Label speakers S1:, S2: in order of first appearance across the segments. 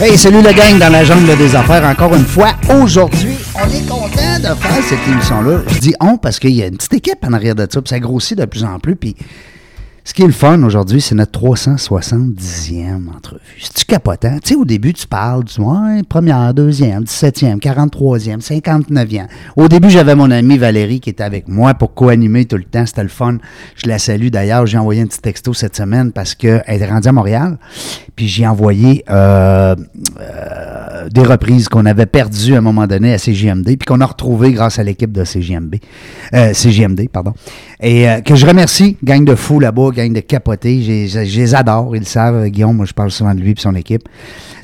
S1: Hey, salut le gang dans la jungle des affaires encore une fois. Aujourd'hui, on est content de faire cette émission-là. Je dis on parce qu'il y a une petite équipe en arrière de ça, puis ça grossit de plus en plus. Puis ce qui est le fun aujourd'hui, c'est notre 370e entrevue. C'est-tu capotant? Tu sais, au début, tu parles, tu dis, ouais, première, deuxième, 17e, 43e, 59e. Au début, j'avais mon amie Valérie qui était avec moi pour co-animer tout le temps. C'était le fun. Je la salue d'ailleurs. J'ai envoyé un petit texto cette semaine parce qu'elle est rendue à Montréal. Puis j'ai envoyé euh, euh, des reprises qu'on avait perdues à un moment donné à CGMD, puis qu'on a retrouvées grâce à l'équipe de CGMB. Euh, CGMD, pardon. Et euh, que je remercie, gang de fous là-bas, gang de capotés. j'ai- j'ai- Je les adore, ils le savent. euh, Guillaume, moi, je parle souvent de lui et son équipe.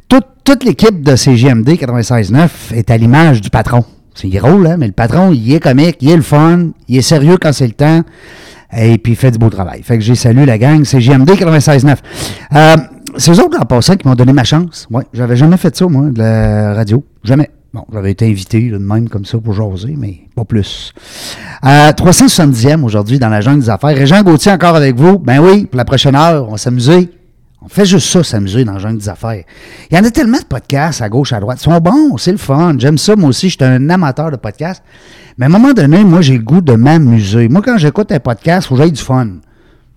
S1: Toute, toute l'équipe de CGMD 96.9 est à l'image du patron. C'est drôle, hein, mais le patron, il est comique, il est le fun, il est sérieux quand c'est le temps, et puis il fait du beau travail. Fait que j'ai salué la gang, CGMD 96.9. Euh, c'est eux autres, en passant, qui m'ont donné ma chance. Ouais, j'avais jamais fait ça, moi, de la radio. Jamais. Bon, j'avais été invité là, de même comme ça pour jaser, mais pas plus. Euh, 370e aujourd'hui dans la jungle des affaires. Régent Gauthier encore avec vous. Ben oui, pour la prochaine heure, on va s'amuser. On fait juste ça, s'amuser dans la jungle des affaires. Il y en a tellement de podcasts à gauche, à droite. Ils sont bons, c'est le fun. J'aime ça, moi aussi. Je suis un amateur de podcasts. Mais à un moment donné, moi, j'ai le goût de m'amuser. Moi, quand j'écoute un podcast, il faut que j'aille du fun.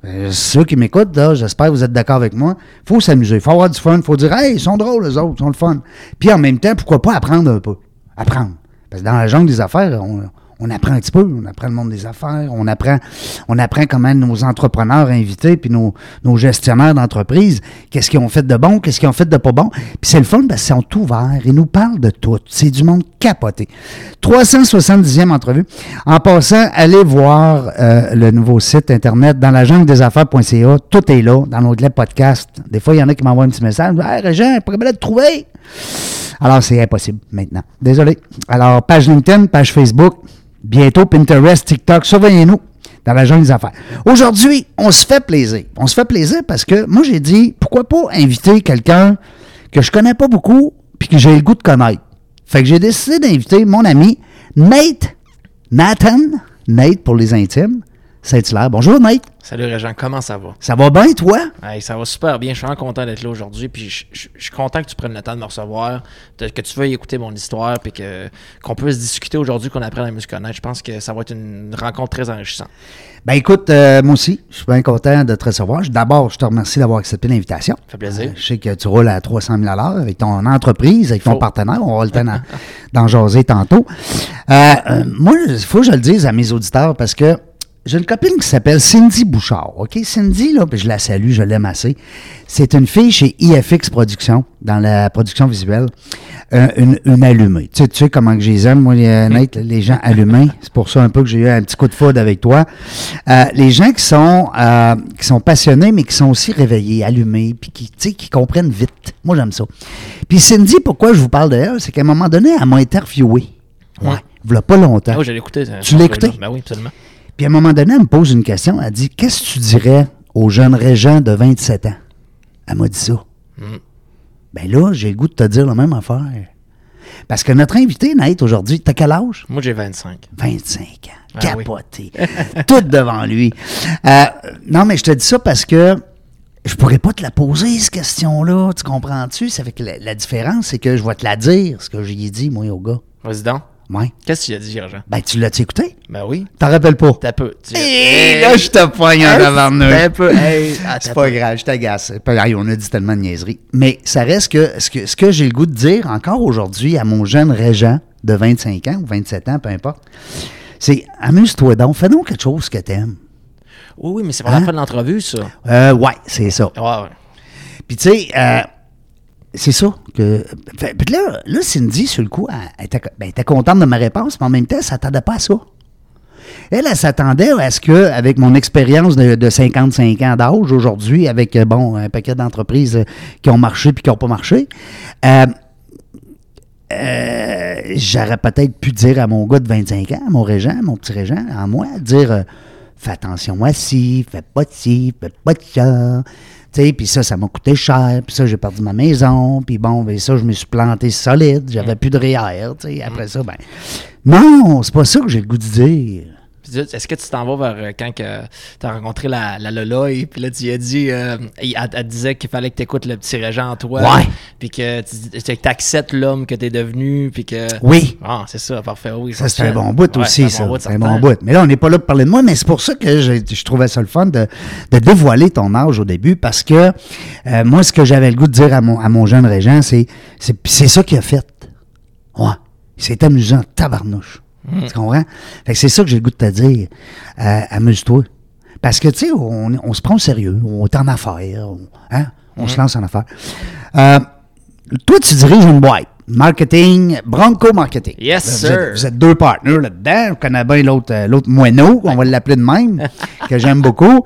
S1: Euh, ceux qui m'écoutent, là, j'espère que vous êtes d'accord avec moi. faut s'amuser, faut avoir du fun, faut dire Hey, ils sont drôles, les autres, ils sont le fun. Puis en même temps, pourquoi pas apprendre un peu? Apprendre. Parce que dans la jungle des affaires, on, on apprend un petit peu, on apprend le monde des affaires, on apprend, on apprend comment nos entrepreneurs invités, puis nos, nos gestionnaires d'entreprise, qu'est-ce qu'ils ont fait de bon, qu'est-ce qu'ils ont fait de pas bon. Puis c'est le fun parce qu'ils sont ouverts, ils nous parlent de tout. C'est du monde capoté. 370e entrevue. En passant, allez voir euh, le nouveau site internet dans la jungle des affaires.ca. Tout est là dans l'onglet podcast. Des fois, il y en a qui m'envoient un petit message. Hey, Régent, pourquoi me le trouver? Alors, c'est impossible maintenant. Désolé. Alors, page LinkedIn, page Facebook, bientôt Pinterest, TikTok, surveillez-nous dans la jungle des affaires. Aujourd'hui, on se fait plaisir. On se fait plaisir parce que moi, j'ai dit, pourquoi pas inviter quelqu'un que je connais pas beaucoup puis que j'ai le goût de connaître. Fait que j'ai décidé d'inviter mon ami Nate, Nathan, Nate pour les intimes, Saint-Hilaire. Bonjour Nate,
S2: Salut Régent, comment ça va?
S1: ça va bien toi?
S2: Hey, ça va super bien, je suis vraiment content d'être là aujourd'hui, puis je, je- je suis content que tu prennes le temps de me recevoir, de- que tu veuilles écouter mon histoire, puis que, qu'on puisse discuter aujourd'hui, qu'on apprenne à mieux se connaître. Je pense que ça va être une rencontre très enrichissante.
S1: Ben écoute, euh, moi aussi, je suis bien content de te recevoir. Je- D'abord, je te remercie d'avoir accepté l'invitation.
S2: Ça fait plaisir.
S1: Euh, je sais que tu roules à 300 000 à l'heure avec ton entreprise, avec ton
S2: Faux.
S1: partenaire. On aura le temps d'en- d'en jaser tantôt. Euh, euh, moi, il faut que je le dise à mes auditeurs parce que j'ai une copine qui s'appelle Cindy Bouchard. OK? Cindy, là, puis je la salue, je l'aime assez. C'est une fille chez IFX Productions, dans la production visuelle, Euh, une, une allumée. Tu sais, tu sais comment que je les aime, moi, les, Nate, les gens allumés. C'est pour ça un peu que j'ai eu un petit coup de foudre avec toi. Euh, les gens qui sont, euh, qui sont passionnés, mais qui sont aussi réveillés, allumés, puis qui, tu sais, qui comprennent vite. Moi, j'aime ça. Puis Cindy, pourquoi je vous parle d'elle, c'est qu'à un moment donné, elle m'a interviewé. Ouais. Voilà pas longtemps.
S2: Ah oui, je l'ai écouté. euh,
S1: Tu l'as écouté?
S2: Ben oui, absolument.
S1: Puis à un moment donné, elle me pose une question. Elle dit Qu'est-ce que tu dirais au jeune régent de 27 ans Elle m'a dit ça. Ben là, j'ai le goût de te dire la même affaire. Parce que notre invité, Nate, aujourd'hui, t'as quel âge
S2: Moi, j'ai 25.
S1: 25 ans.
S2: Ah
S1: Capoté. Tout devant lui. Euh, non, mais je te dis ça parce que je pourrais pas te la poser, cette question-là. Tu comprends-tu? Ça fait que la, la différence, c'est que je vais te la dire, ce que j'y ai dit, moi, au gars.
S2: Vas-y donc.
S1: Ouais.
S2: Qu'est-ce que tu as dit, Régent?
S1: Ben, tu l'as-tu écouté?
S2: Ben oui,
S1: T'en rappelles pas?
S2: t'as peu. Tu-
S1: Hé, là, je te poigne en
S2: Hey,
S1: tabarnouche.
S2: t'as un peu- hey, ah,
S1: C'est
S2: t'as
S1: pas grave, je t'agace. Pas grave, on a dit tellement de niaiseries. Mais ça reste que ce que, ce que j'ai le goût de dire encore aujourd'hui à mon jeune régent de 25 ans ou 27 ans, peu importe, c'est amuse-toi donc, fais donc quelque chose que t'aimes.
S2: Oui, oui, mais c'est pour
S1: Hein?
S2: la fin de l'entrevue, ça.
S1: Euh, ouais, c'est ça.
S2: Ouais, ouais.
S1: Puis tu sais, euh, c'est ça. Que, fait- puis là, là, Cindy, sur le coup, elle, elle était, ben, elle était contente de ma réponse, mais en même temps, elle s'attendait pas à ça. Elle, elle s'attendait à ce que, avec mon expérience de, de 55 ans d'âge aujourd'hui, avec euh, bon un paquet d'entreprises euh, qui ont marché puis qui n'ont pas marché, euh, euh, j'aurais peut-être pu dire à mon gars de 25 ans, à mon régent, mon petit régent, en moi, dire euh, fais attention à ci, fais pas de ci, fais pas de ça. Tu sais, puis ça, ça m'a coûté cher, puis ça, j'ai perdu ma maison, puis bon, ben ça, je me suis planté solide, j'avais plus de REER, tu sais, après ça, ben... Non, c'est pas ça que j'ai le goût de dire.
S2: Puis là, Est-ce que tu t'en vas vers euh, quand que t'as rencontré la, la Lola et puis là tu lui as dit, euh, il- elle, elle te disait qu'il fallait que t'écoutes le petit régent en toi,
S1: Ouais.
S2: puis que tu que t'acceptes l'homme que t'es devenu, puis que
S1: Oui.
S2: ah c'est ça parfait oui
S1: Ça, c'est
S2: ça.
S1: un bon bout
S2: Ouais,
S1: aussi, ça. C'est un bon
S2: certain.
S1: bout. Mais là, on n'est pas là pour parler de moi, mais c'est pour ça que je, je trouvais ça le fun de, de dévoiler ton âge au début, parce que euh, moi, ce que j'avais le goût de dire à mon, à mon jeune régent, c'est c'est- puis c'est ça qu'il a fait. Ouais. C'est amusant, tabarnouche.
S2: Hmm.
S1: Tu comprends? Fait que c'est ça que j'ai le goût de te dire. Euh, Amuse-toi. Parce que, tu sais, on, on se prend au sérieux, on est en affaires, on, hein?
S2: Hmm.
S1: on se lance en affaires. Euh, toi, tu diriges une boîte. Marketing, Bronco Marketing.
S2: Yes,
S1: Vous
S2: sir.
S1: êtes- vous êtes deux partenaires là-dedans. Je connais bien l'autre, euh, l'autre moineau, on va l'appeler de même, que j'aime beaucoup.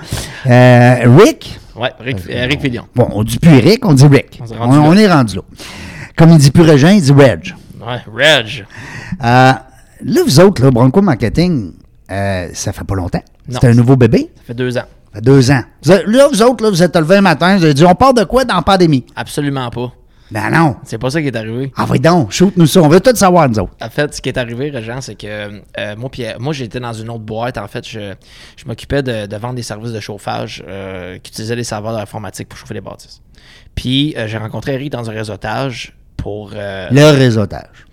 S1: Euh, Rick.
S2: Ouais, Rick, euh, Rick Fillion.
S1: Bon, on dit plus Rick, on dit Rick.
S2: On s'est
S1: On,
S2: rendu là.
S1: on est rendu là. Comme il dit plus Régent, il dit Reg.
S2: Ouais, Reg.
S1: Euh, là, vous autres, là, Bronco Marketing, euh, ça fait pas longtemps.
S2: Non.
S1: C'est un nouveau bébé.
S2: Ça fait deux ans.
S1: Ça fait deux ans. Vous êtes- là, vous autres, là, vous êtes levé un matin, vous avez dit on part de quoi dans la pandémie?
S2: Absolument pas.
S1: Ben non.
S2: C'est pas ça qui est arrivé.
S1: Ah oui donc, shoot nous ça. On veut tout savoir, nous autres.
S2: En fait, ce qui est arrivé, Régent, c'est que euh, moi, puis, euh, moi j'étais dans une autre boîte. En fait, je, je m'occupais de, de vendre des services de chauffage euh, qui utilisaient les serveurs informatiques pour chauffer les bâtisses. Puis, euh, j'ai rencontré Rick dans un réseautage pour euh, le...
S1: Le réseautage.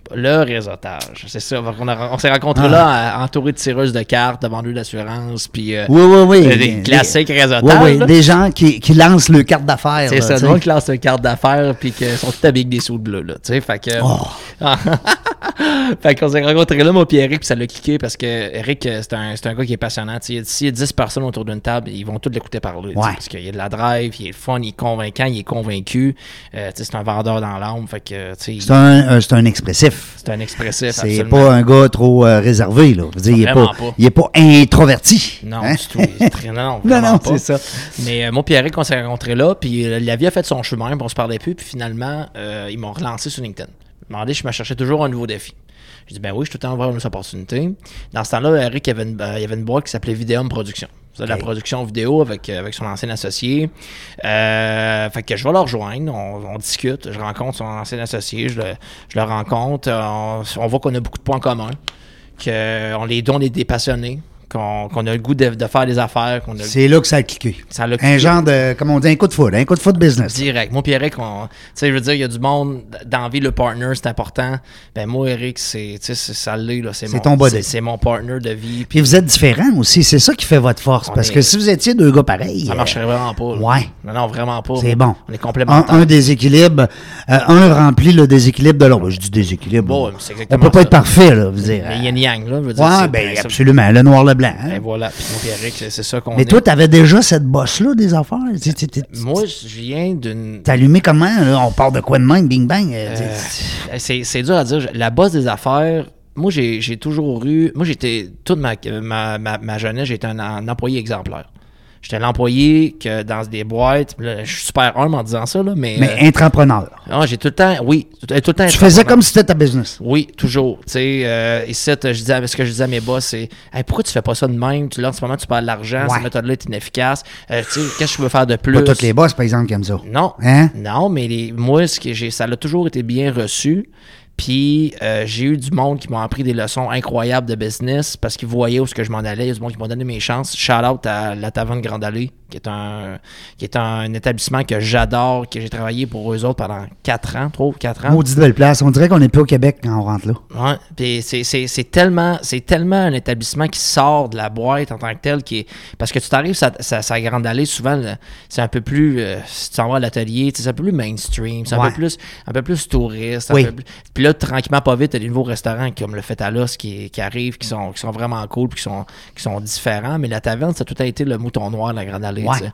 S2: réseautage. C'est ça. On, a- on s'est
S1: Ah.
S2: rencontrés là, à- entourés de tireuses de cartes, de vendus d'assurance, puis euh,
S1: Oui, oui, oui.
S2: euh, des classiques
S1: Oui,
S2: réseautages.
S1: oui,
S2: là.
S1: des gens qui, qui lancent le carte d'affaires.
S2: C'est
S1: là,
S2: ça,
S1: tu sais.
S2: donc qui lancent une carte d'affaires puis qu'ils sont tout habillés avec des sous bleus, là, tu sais, fait que...
S1: Oh.
S2: fait qu'on s'est rencontrés là, moi puis Eric, puis ça l'a cliqué parce que Eric, euh, c'est un, c'est un gars qui est passionnant, tu sais, s'il y a 10 personnes autour d'une table, ils vont tous l'écouter parler, tu sais,
S1: Ouais.
S2: parce qu'il y a de la drive, il est fun, il est convaincant, il est convaincu, euh, tu sais, c'est un vendeur dans l'âme, fait que, tu
S1: C'est
S2: sais,
S1: un, euh, c'est un expressif.
S2: c'est un expressif,
S1: C'est
S2: absolument.
S1: pas un gars trop euh, réservé, là. Je veux dire, il est
S2: Vraiment
S1: pas,
S2: pas.
S1: il est pas introverti.
S2: Non,
S1: hein?
S2: du tout. il est très- Non,
S1: Non,
S2: vraiment
S1: non,
S2: pas.
S1: c'est ça.
S2: Mais euh, moi, pierre on s'est rencontrés là, puis euh, la vie a fait son chemin, puis on se parlait plus, puis finalement, euh, ils m'ont relancé sur LinkedIn. Ils m'ont demandé, je me cherchais toujours un nouveau défi. Je dis, ben oui, je suis tout le temps ouvert à nos opportunités. Dans ce temps-là, Eric, il y avait une, euh, il y avait une boîte qui s'appelait Videum Production. C'était de la
S1: Ok.
S2: production vidéo avec, euh, avec son ancien associé. Euh, fait que je vais le rejoindre, on, on discute, je rencontre son ancien associé, je le, je le rencontre, euh, on, on voit qu'on a beaucoup de points communs qu'on les dons, on est des passionnés, qu'on qu'on a le goût de, de faire des affaires, qu'on a le
S1: C'est là que ça a cliqué.
S2: Ça l'a cliqué.
S1: un genre de, comment on dit, un coup de foot, un coup de foot business.
S2: direct. Moi, puis Eric, on- tu sais, je veux dire, il y a du monde dans la vie, le partner, c'est important. Ben, moi, Eric, c'est, tu sais, c'est- ça l'est, là. C'est
S1: C'est
S2: mon-
S1: ton body.
S2: c'est- C'est mon partner de vie. Puis
S1: Puis vous êtes différents aussi, c'est ça qui fait votre force.
S2: On
S1: parce
S2: est-
S1: que si vous étiez deux gars pareils,
S2: ça
S1: euh,
S2: marcherait vraiment pas. là.
S1: ouais.
S2: Non, non, vraiment pas.
S1: c'est bon.
S2: On est
S1: un,
S2: complémentaires.
S1: un déséquilibre, euh, un remplit le déséquilibre de l'autre. Ben, Je dis déséquilibre.
S2: Bon,
S1: on-
S2: c'est
S1: on
S2: exactement
S1: peut pas
S2: ça.
S1: être parfait, là, vous dire.
S2: Mais yin yang, là. je veux dire,
S1: Ouais,
S2: c'est-
S1: ben,
S2: c'est-
S1: absolument, le noir, le blanc. hein.
S2: Ben, voilà. Puis moi, puis Eric, c'est c'est ça qu'on
S1: Mais
S2: est.
S1: toi, t'avais déjà cette bosse-là des affaires. Tu- tu- tu- tu-
S2: Moi, je viens d'une.
S1: T'as allumé comment? là? On part de quoi de même? Bing bang? euh, tu- tu-
S2: Euh, c'est c'est dur à dire. La base des affaires, moi, j'ai j'ai toujours eu. Moi, j'étais. Toute ma, ma, ma, ma jeunesse, j'étais un, un employé exemplaire. J'étais l'employé que dans des boîtes. là, je suis super humble en disant ça, là, mais.
S1: Mais intrapreneur.
S2: euh, non, j'ai tout le temps. Oui, tout, euh, tout le temps.
S1: Tu faisais comme si c'était ta business.
S2: Oui, toujours. Tu sais, euh, et ça, je disais, ce que je disais à mes boss, c'est Hey, pourquoi tu fais pas ça de même Tu là, en ce moment, tu perds de l'argent,
S1: Ouais.
S2: cette méthode-là est inefficace. Euh, tu sais, qu'est-ce que je veux faire de plus
S1: Pas toutes les bosses, par exemple, comme ça.
S2: non.
S1: Hein?
S2: Non, mais les- moi, ce que j'ai, ça a toujours été bien reçu. Puis euh, j'ai eu du monde qui m'a appris des leçons incroyables de business parce qu'ils voyaient où ce que je m'en allais. Il y a du monde qui m'a donné mes chances. Shout out à la Taverne Grande Allée, qui est un, qui est un établissement que j'adore, que j'ai travaillé pour eux autres pendant 4 ans, 3 ou 4 ans.
S1: Maudite belle place. On dirait qu'on n'est plus au Québec quand on rentre là.
S2: Ouais, puis c'est- c'est c'est tellement, c'est tellement un établissement qui sort de la boîte en tant que tel. Qui est, parce que tu t'arrives, ça, ça, ça grande allée, souvent, là, c'est un peu plus. euh, si tu t'en vas à l'atelier, tu sais, c'est un peu plus mainstream, c'est un,
S1: Ouais.
S2: peu plus, un peu plus touriste. un
S1: Oui.
S2: peu plus- Puis là, là, tranquillement, pas vite, il y a des nouveaux restaurants comme le Fetalos qui, qui arrivent, qui sont, qui sont vraiment cool, puis qui sont, qui sont différents. Mais la taverne, ça a tout a été le mouton noir de la Grande Allée.
S1: Ouais.
S2: tu sais.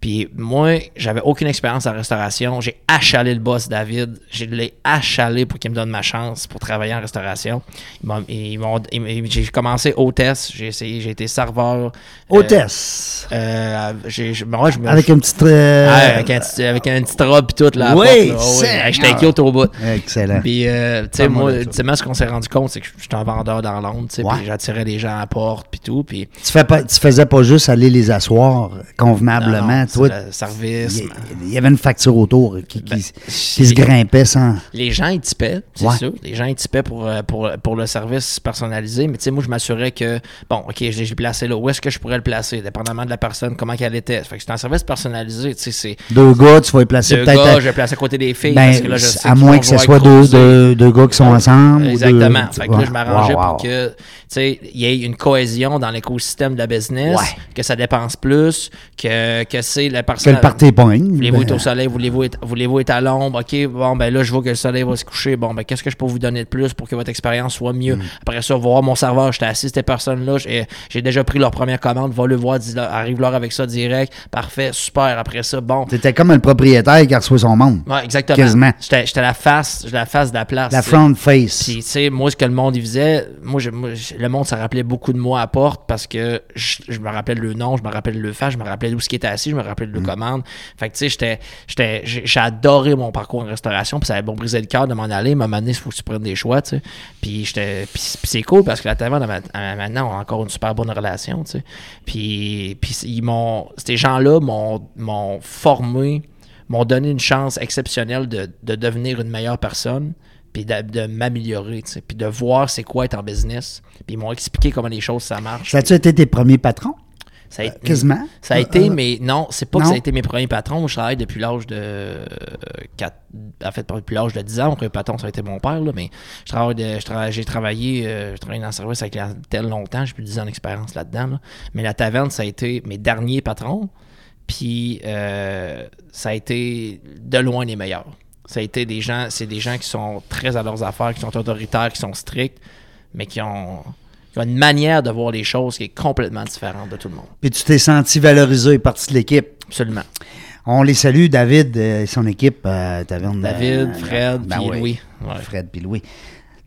S2: Puis moi, j'avais aucune expérience en restauration. J'ai achalé le boss David. Je l'ai achalé pour qu'il me donne ma chance pour travailler en restauration. Ils m'ont- ils m'ont- ils m'ont- j'ai commencé hôtesse. J'ai essayé, j'ai été serveur. euh,
S1: Hôtesse.
S2: euh, j'ai- je- moi, je me-
S1: avec une petite. euh,
S2: ah, avec, un petit- avec une petite robe pis tout là.
S1: Oui,
S2: à la porte, là.
S1: c'est-
S2: Hey, J'étais cute au bout.
S1: Excellent.
S2: Puis, euh, tu sais,
S1: Parle-moi
S2: moi,
S1: de ça.
S2: ultimement, ce qu'on s'est rendu compte, c'est que j'étais un vendeur dans l'ombre, tu sais,
S1: Ouais.
S2: puis j'attirais les gens à la porte, puis tout, puis
S1: Tu, fais pas, tu faisais pas juste aller les asseoir convenablement.
S2: Non, non,
S1: Toi,
S2: c'est le service.
S1: il il y, avait une facture autour qui, qui, qui se
S2: j'ai-
S1: grimpait sans.
S2: Les gens, ils tipaient, c'est
S1: Ouais.
S2: sûr. Les gens, ils tipaient pour, euh, pour, pour le service personnalisé, mais tu sais, moi, je m'assurais que, bon, OK, j'ai j'ai placé là, où est-ce que je pourrais le placer, dépendamment de la personne, comment qu'elle était. Fait que c'est un service personnalisé, tu sais, c'est
S1: Deux gars, tu vas les placer
S2: deux
S1: peut-être.
S2: gars,
S1: à-
S2: je le place à côté des filles,
S1: ben,
S2: parce que là, je sais
S1: à
S2: qu'ils
S1: moins
S2: vont
S1: que ce
S2: vouloir
S1: soit deux,
S2: creuser.
S1: deux, deux gars qui sont ensemble. ou deux-
S2: Exactement. Fait que là,
S1: Ouais.
S2: je m'arrangeais
S1: Wow, wow.
S2: pour que, tu sais, il y ait une cohésion dans l'écosystème de la business,
S1: Ouais.
S2: que ça dépense plus, que, que c'est la
S1: Que
S2: personne.
S1: le party pogne.
S2: Voulez-vous être
S1: ben,
S2: au soleil, voulez-vous être, voulez-vous être à l'ombre, ok, bon ben là je vois que le soleil va se coucher, bon ben qu'est-ce que je peux vous donner de plus pour que votre expérience soit mieux.
S1: Mm.
S2: Après ça, voir mon serveur, j'étais assis cette personne-là, j'ai, j'ai déjà pris leur première commande, va le voir, dis-leur- arrive-leur avec ça direct, parfait, super, après ça, bon.
S1: T'étais comme le propriétaire qui reçoit son monde.
S2: Ouais, exactement.
S1: Quasiment.
S2: J'étais, j'étais la face, la face de la place.
S1: La
S2: tu sais.
S1: front face.
S2: Puis, tu sais, moi, ce que le monde, il faisait, moi, je- moi, je- le monde, ça rappelait beaucoup de moi à porte parce que je, je me rappelle le nom, je me rappelle le fait, je me rappelle où ce qui était assis, je me rappelle
S1: Mm.
S2: le commande. Fait que, tu sais, j'étais, j'étais, j'ai j'ai adoré mon parcours en restauration, puis ça avait bon brisé le cœur de m'en aller, mais à un moment donné, il faut que tu prennes des choix, tu sais. Puis, j'étais, puis puis c'est cool parce que la taverne, elle m'a- elle- maintenant, on a encore une super bonne relation, tu sais. Puis, puis ils m'ont, ces gens-là m'ont, m'ont formé m'ont donné une chance exceptionnelle de, de devenir une meilleure personne, puis de, de m'améliorer, tu sais, puis de voir c'est quoi être en business. Puis ils m'ont expliqué comment les choses, ça marche.
S1: Ça a-tu été tes premiers patrons?
S2: Ça a été,
S1: Quasiment.
S2: Ça a été, mais non, c'est pas que
S1: non.
S2: ça a été mes premiers patrons. Moi, Je travaille depuis l'âge de... euh, quatre- en fait, pas depuis l'âge de 10 ans, mon premier patron, ça a été mon père, là, mais je travaille de- je travaille- j'ai travaillé, euh, je travaille dans le service avec la telle longtemps, j'ai plus de 10 ans d'expérience là-dedans. là. Mais la taverne, ça a été mes derniers patrons. Puis euh, ça a été de loin les meilleurs. Ça a été des gens, c'est des gens qui sont très à leurs affaires, qui sont autoritaires, qui sont stricts, mais qui ont, qui ont une manière de voir les choses qui est complètement différente de tout le monde.
S1: Puis tu t'es senti valorisé et parti de l'équipe.
S2: Absolument.
S1: On les salue, David euh, et son équipe. euh, Taverne,
S2: David,
S1: euh,
S2: Fred,
S1: ben
S2: puis
S1: oui.
S2: Louis. Ouais.
S1: Fred puis Louis.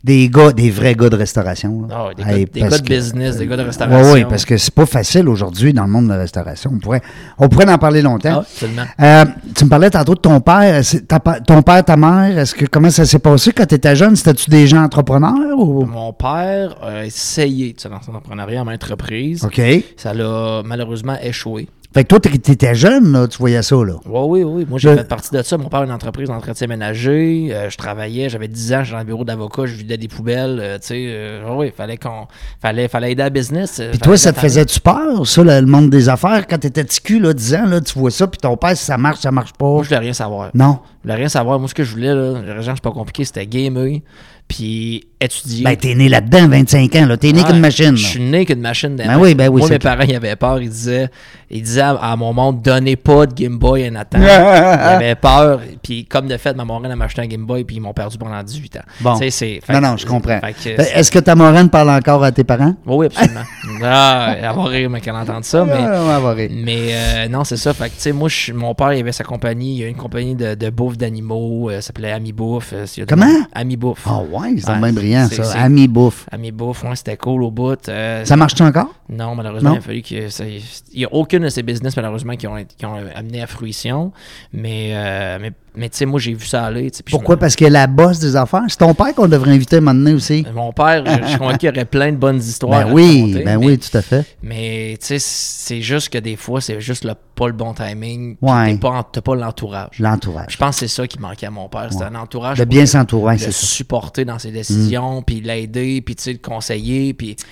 S1: Des gars, des vrais gars de restauration. là.
S2: Ah ouais, des
S1: Hey,
S2: gars, des
S1: parce
S2: gars de
S1: que-
S2: business, des gars de
S1: Oui,
S2: restauration.
S1: oui, parce que c'est pas facile aujourd'hui dans le monde de la restauration. On pourrait, on pourrait en parler longtemps.
S2: Ah, absolument.
S1: Euh, tu me parlais tantôt de ton père. C'est ta pa- ton père, ta mère, est-ce que comment ça s'est passé quand tu étais jeune? C'était-tu des gens entrepreneurs ou.
S2: Mon père a essayé de se lancer en entrepreneuriat à maintes reprises.
S1: OK. Fait
S2: Ça l'a malheureusement échoué.
S1: que toi, t'é- t'étais jeune, là, tu voyais ça, là.
S2: Oui, oui, oui. Moi, j'ai
S1: Le-
S2: fait partie de ça. Mon père a une entreprise d'entretien ménager. Euh, je travaillais, j'avais 10 ans, j'étais dans le bureau d'avocat, je vidais des poubelles. euh, tu sais, oui, fallait qu'on. Fallait, fallait aider à la business.
S1: Puis toi, ça te faisait-tu peur, ça, le, le monde des affaires? Quand t'étais petit cul, là, 10 ans, là, tu vois ça, puis ton père, si ça marche, ça marche pas.
S2: Moi, je voulais rien savoir.
S1: Non.
S2: Je voulais rien savoir. Moi, ce que je voulais, là, le régent, c'est pas compliqué, c'était gamer, puis étudier.
S1: Ben, t'es né là-dedans, 25 ans, là. T'es né
S2: Ah,
S1: qu'une machine.
S2: Je suis né qu'une machine.
S1: Ben oui, ben oui,
S2: Moi,
S1: c'est
S2: mes
S1: clair.
S2: parents, ils avaient peur. Ils disaient, ils disaient à, à mon monde, donnez pas de Game Boy à Nathan. ils avaient peur. Puis, comme de fait, ma marraine elle m'a acheté un Game Boy, puis ils m'ont perdu pendant 18 ans.
S1: Bon.
S2: Tu sais, c'est- fait
S1: non,
S2: que-
S1: non, je comprends.
S2: fait que-
S1: Ben, Est-ce que ta moraine parle encore à tes parents?
S2: Oui, oui, absolument. ah, elle va rire, mais qu'elle entende ça. Mais,
S1: Ah, ouais, va rire.
S2: mais euh, non, c'est ça. Fait que, tu sais, moi, je suis- mon père, il avait sa compagnie. Il y a une compagnie de, de bouffe d'animaux. euh, ça s'appelait Ami Bouffe. euh, s'il y a du
S1: Comment?
S2: monde- Ami Bouffe.
S1: Ah ouais, c'est
S2: Ouais,
S1: bien brillant,
S2: c'est-
S1: ça.
S2: c'est-
S1: Ami bouffe.
S2: Ami Bouffe, ouais, c'était cool au bout. Euh,
S1: Ça marche-tu encore?
S2: non, malheureusement,
S1: Non.
S2: il a fallu que ça- Il n'y a aucune de ces business, malheureusement, qui ont, qui ont amené à fruition. Mais, euh, mais, mais tu sais, moi, j'ai vu ça aller. tu sais, puis je
S1: Pourquoi?
S2: me-
S1: Parce que la bosse des affaires, c'est ton père qu'on devrait inviter maintenant aussi.
S2: Mon père, je, je suis convaincu qu'il y aurait plein de bonnes histoires.
S1: Ben
S2: Euh, à
S1: oui,
S2: raconter,
S1: ben
S2: mais-
S1: oui, tout à fait.
S2: Mais tu sais, c'est juste que des fois, c'est juste le, pas le bon timing. puis
S1: Ouais.
S2: T'es pas, en- t'as pas l'entourage. Je
S1: L'entourage.
S2: pense que c'est ça qui manquait à mon père. C'était un entourage
S1: De
S2: pour
S1: bien
S2: le-
S1: s'entourer,
S2: le
S1: c'est ça. Mm.
S2: supporter dans ses décisions, puis l'aider, puis tu sais, le conseiller, puis... puis,
S1: Tu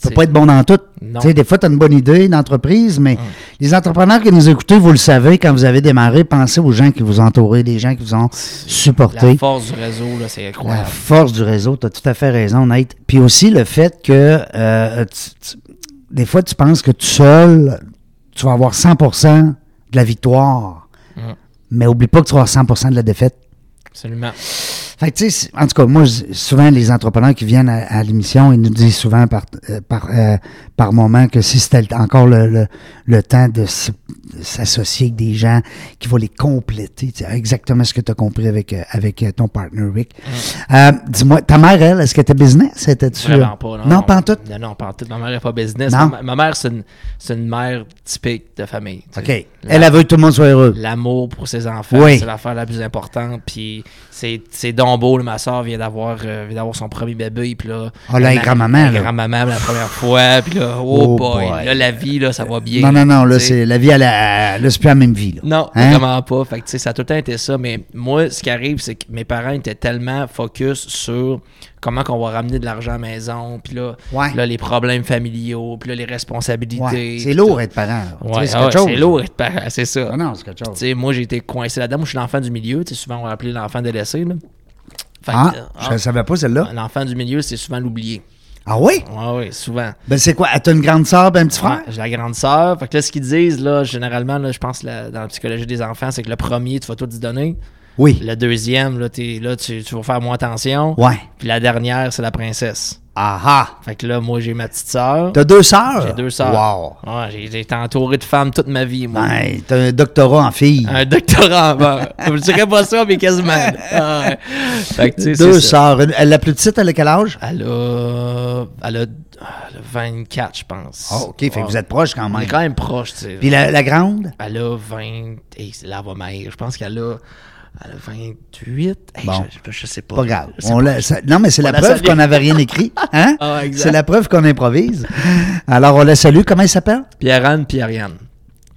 S2: tu sais,
S1: peux pas être bon dans tout.
S2: Non.
S1: Tu sais, des fois, tu as une bonne idée d'entreprise, mais les entrepreneurs qui nous écoutez, vous le savez, quand vous avez démarré, pensez aux gens qui vous entourent, les gens qui vous ont
S2: La
S1: supporté.
S2: force du réseau, là, c'est
S1: La
S2: incroyable.
S1: force du réseau, tu as tout à fait raison, Nate. Puis aussi le fait que euh, tu- tu- des fois, tu penses que tout seul, tu vas avoir 100 de la victoire. Mais oublie pas que tu vas avoir 100 de la défaite.
S2: Absolument.
S1: Fait que, tu sais, en tout cas, moi, je- souvent, les entrepreneurs qui viennent à, à l'émission, ils nous disent souvent par, euh, par, euh, par moment que si c'était le- encore le, le- le temps de s- de s'associer avec des gens qui vont les compléter, tu sais, exactement ce que tu as compris avec, euh, avec euh, ton partner, Rick. Euh, Dis-moi, ta mère, elle, est-ce qu'elle était business? Était-tu,
S2: Mm. Vraiment
S1: euh,
S2: pas. Non,
S1: Non, pas en tout.
S2: Non, non, pas en tout. Ma mère n'est pas business.
S1: Non.
S2: Ma, ma mère, c'est une, c'est une mère typique de famille. tu
S1: OK.
S2: sais. La-
S1: Elle, elle veut que tout le monde soit heureux.
S2: L'amour pour ses enfants,
S1: Oui.
S2: c'est l'affaire la plus importante. Puis c'est c'est donc beau, là, ma soeur vient d'avoir euh, vient d'avoir son premier bébé. Puis là,
S1: Ah, là, elle est
S2: ma-
S1: grand-maman,
S2: elle est
S1: là.
S2: grand-maman la première fois. Puis là, oh,
S1: Oh
S2: boy,
S1: boy.
S2: là, la vie, là, ça va bien.
S1: Non, non, non, là,
S2: tu sais.
S1: c'est la vie, elle, a- là, c'est plus la même vie. Là.
S2: Non,
S1: Hein?
S2: vraiment pas. Fait que, tu sais, ça a tout le temps été ça. Mais moi, ce qui arrive, c'est que mes parents étaient tellement focus sur comment qu'on va ramener de l'argent à la maison, puis là,
S1: Ouais.
S2: là, les problèmes familiaux, puis là, les
S1: Ouais,
S2: responsabilités.
S1: C'est lourd être parent. là. Tu
S2: Ouais,
S1: sais, c'est
S2: ah ouais,
S1: quelque chose.
S2: c'est lourd être parent, c'est ça.
S1: Ah non, c'est quelque chose.
S2: Tu sais, moi, j'ai été coincé là-dedans. Moi, je suis l'enfant du milieu. Tu sais, souvent, on va appeler l'enfant délaissé. Là. Fait que,
S1: Ah,
S2: euh,
S1: je ne savais pas
S2: ah,
S1: celle-là.
S2: l'enfant du milieu, c'est souvent l'oublié.
S1: Ah oui?
S2: Oui, oui, souvent.
S1: Ben c'est quoi? T'as une grande sœur, ben un petit
S2: Ouais,
S1: frère?
S2: j'ai la grande sœur. Fait que là, ce qu'ils disent, là, généralement, là, je pense, la- dans la psychologie des enfants, c'est que le premier, tu vas tout se donner.
S1: Oui.
S2: Le deuxième, là, t'es- là tu, tu vas faire moins attention.
S1: Ouais.
S2: Puis la dernière, c'est la princesse.
S1: Ah ah!
S2: Fait que là, moi, j'ai ma petite sœur.
S1: T'as deux sœurs?
S2: J'ai deux sœurs.
S1: Wow!
S2: Ouais, j'ai j'ai été entouré de femmes toute ma vie, moi.
S1: Ben, t'as un doctorat en filles.
S2: Un doctorat en mort. Je dirais pas ça, mais quasiment. Ah ouais. Fait que, tu sais,
S1: deux
S2: c'est ça.
S1: sœurs. Une- La plus petite, elle a quel âge?
S2: Elle a, elle a, elle a 24, je pense.
S1: Ah, OK. Fait que
S2: Ouais.
S1: vous êtes proches quand
S2: On est
S1: même.
S2: quand même proche, tu sais.
S1: Puis la, la grande?
S2: Elle a 20. Hey, c'est là, va maigre. Je pense qu'elle a, elle a 28. Hey,
S1: Bon.
S2: je, je- je sais pas.
S1: Pas grave.
S2: Je sais
S1: On
S2: pas.
S1: la- ça- non, mais c'est
S2: On
S1: la,
S2: la
S1: preuve
S2: salue.
S1: qu'on n'avait rien écrit. Hein?
S2: Ah, exact.
S1: c'est la preuve qu'on improvise. Alors, on la salue. Comment elle s'appelle?
S2: Pierre-Anne, Pierre-Yann.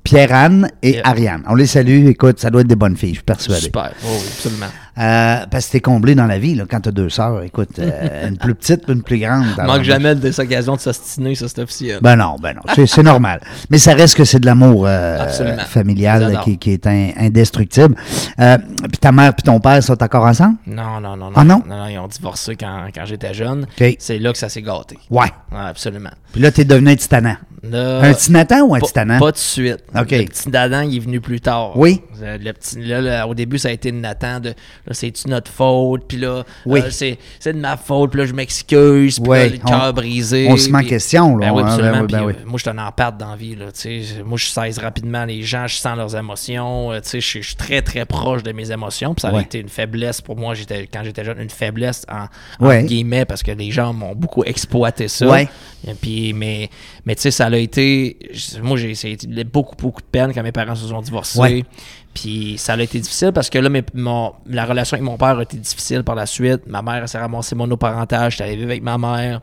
S1: Pierre-Anne et
S2: Yeah.
S1: Ariane. On les salue. Écoute, ça doit être des bonnes filles, je suis persuadé.
S2: Super. Oh, oui, absolument.
S1: Euh, parce que t'es comblé dans la vie, là, quand t'as deux sœurs. Écoute, euh, une plus petite, une plus grande. Alors,
S2: Manque jamais des occasions de s'ostiner, ça, c'est officiel.
S1: Ben non, ben non, c'est- c'est normal. Mais ça reste que c'est de l'amour euh,
S2: Absolument.
S1: familial
S2: J'adore.
S1: qui, qui est in- indestructible. Euh, puis ta mère puis ton père sont encore ensemble?
S2: Non, non, non, non.
S1: Ah, non?
S2: Non, non, ils ont divorcé quand, quand j'étais jeune.
S1: OK.
S2: C'est là que ça s'est gâté.
S1: Ouais.
S2: Ouais, absolument.
S1: Puis là, t'es devenu un titanant.
S2: Là,
S1: un titanant ou un
S2: Euh, pas-
S1: titanant?
S2: Pas de suite.
S1: OK.
S2: Le petit Nathan, il est venu plus tard.
S1: Oui.
S2: Euh, Le petit, là, là, au début, ça a été Nathan de là, c'est-tu notre faute? Puis là,
S1: Oui.
S2: euh, c'est, c'est de ma faute. Puis là, je m'excuse. Puis
S1: Oui,
S2: là, le
S1: on-
S2: cœur brisé.
S1: on se met en
S2: puis-
S1: question, là.
S2: Ben oui,
S1: Hein,
S2: absolument.
S1: ben oui,
S2: puis,
S1: ben oui.
S2: euh, moi, je suis un empathe dans la vie. Là, tu sais. moi, je saisis rapidement les gens. Je sens leurs émotions. euh, tu sais, je suis- je suis très, très proche de mes émotions. Puis ça
S1: Ouais.
S2: a été une faiblesse pour moi j'étais, quand j'étais jeune. Une faiblesse en, en
S1: Ouais.
S2: guillemets parce que les gens m'ont beaucoup exploité ça.
S1: Ouais.
S2: Et puis, mais mais tu sais, ça a été. je- Moi, j'ai essayé beaucoup, beaucoup de peine quand mes parents se sont divorcés.
S1: Ouais.
S2: Puis ça a été difficile parce que là, mes- mon- la relation avec mon père a été difficile par la suite. Ma mère elle s'est ramassée monoparentale. J'étais allé vivre avec ma mère.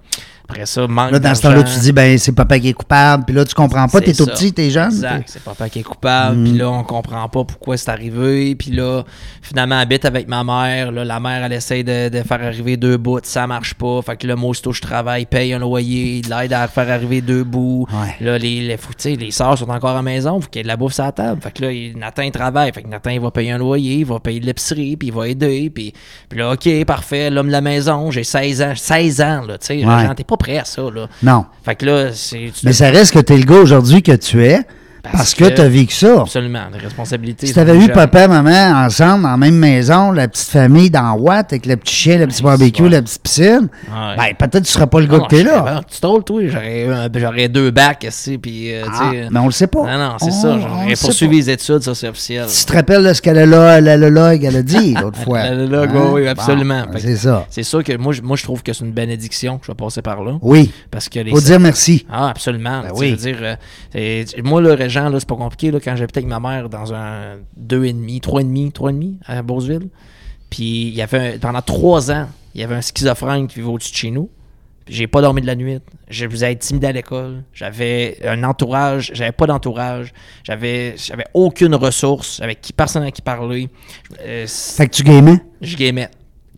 S2: Après ça, manque
S1: Là, dans ce temps-là,
S2: d'argent.
S1: tu dis, ben, c'est papa qui est coupable. Puis là, tu comprends pas, t'es
S2: C'est
S1: tout
S2: ça.
S1: petit, t'es jeune.
S2: Exact. C'est papa qui est coupable. Puis là, on comprend pas pourquoi c'est arrivé. Puis là, finalement, elle habite avec ma mère. Là, la mère, elle essaie de, de faire arriver deux bouts. Ça marche pas. Fait que là, moi, aussitôt, je travaille, paye un loyer, de l'aide à faire arriver deux bouts.
S1: Ouais.
S2: Là, les, les, faut- tu sais, les sœurs sont encore à la maison. Faut qu'il y ait de la bouffe sur la table. Fait que là, il- Nathan, il travaille. Fait que Nathan, il va payer un loyer, il va payer de l'épicerie, puis il va aider. Puis, puis là, OK, parfait. L'homme de la maison, j'ai 16 ans. 16 ans, là. Tu sais,
S1: Ouais.
S2: genre, t'es pas prêt à ça, là.
S1: Non.
S2: Fait que là, c'est. tu
S1: Mais ça reste que t'es le gars aujourd'hui que tu es parce,
S2: Parce
S1: que,
S2: que-
S1: t'as vécu ça.
S2: Absolument, des responsabilités.
S1: Si
S2: sont
S1: t'avais eu
S2: déjà-
S1: papa, maman ensemble, dans la même maison, la petite famille dans Watt, avec le petit chien, le petit barbecue,
S2: ouais.
S1: la petite piscine,
S2: Ouais. Ah
S1: ben peut-être tu serais pas le gars
S2: Non,
S1: que t'es
S2: je
S1: là.
S2: serais vraiment- Tu drôle, toi. J'aurais, eu un- j'aurais deux bacs, ici, puis. euh, tu
S1: Ah,
S2: sais,
S1: mais on le sait pas.
S2: Non, non, c'est
S1: On-
S2: ça.
S1: on le
S2: J'aurais
S1: sait
S2: poursuivi les études, ça, c'est officiel.
S1: Tu te rappelles de ce qu'elle a là, la lologue, elle a dit l'autre fois.
S2: Le- le- le-
S1: Hein?
S2: oui,
S1: Bon,
S2: absolument.
S1: ben,
S2: Fait que
S1: c'est ça.
S2: C'est sûr que moi, je- moi, je trouve que c'est une bénédiction que je vais passer par là.
S1: Oui.
S2: Parce que les.
S1: Faut dire merci.
S2: Ah, absolument.
S1: Ben
S2: Tu sais,
S1: oui.
S2: Je veux dire, euh, et- moi, le Régent, là, c'est pas compliqué. Là, quand j'habitais avec ma mère dans un 2,5, 3,5, 3,5 à Beauceville, puis il y avait un- pendant trois ans, il y avait un schizophrène qui vivait au-dessus de chez nous. Puis J'ai pas dormi de la nuit. Je vous ai intimidé à l'école. J'avais un entourage. J'avais pas d'entourage. J'avais j'avais aucune ressource. Avec qui, personne à qui parler. Euh,
S1: Fait que tu gamais.
S2: je gamais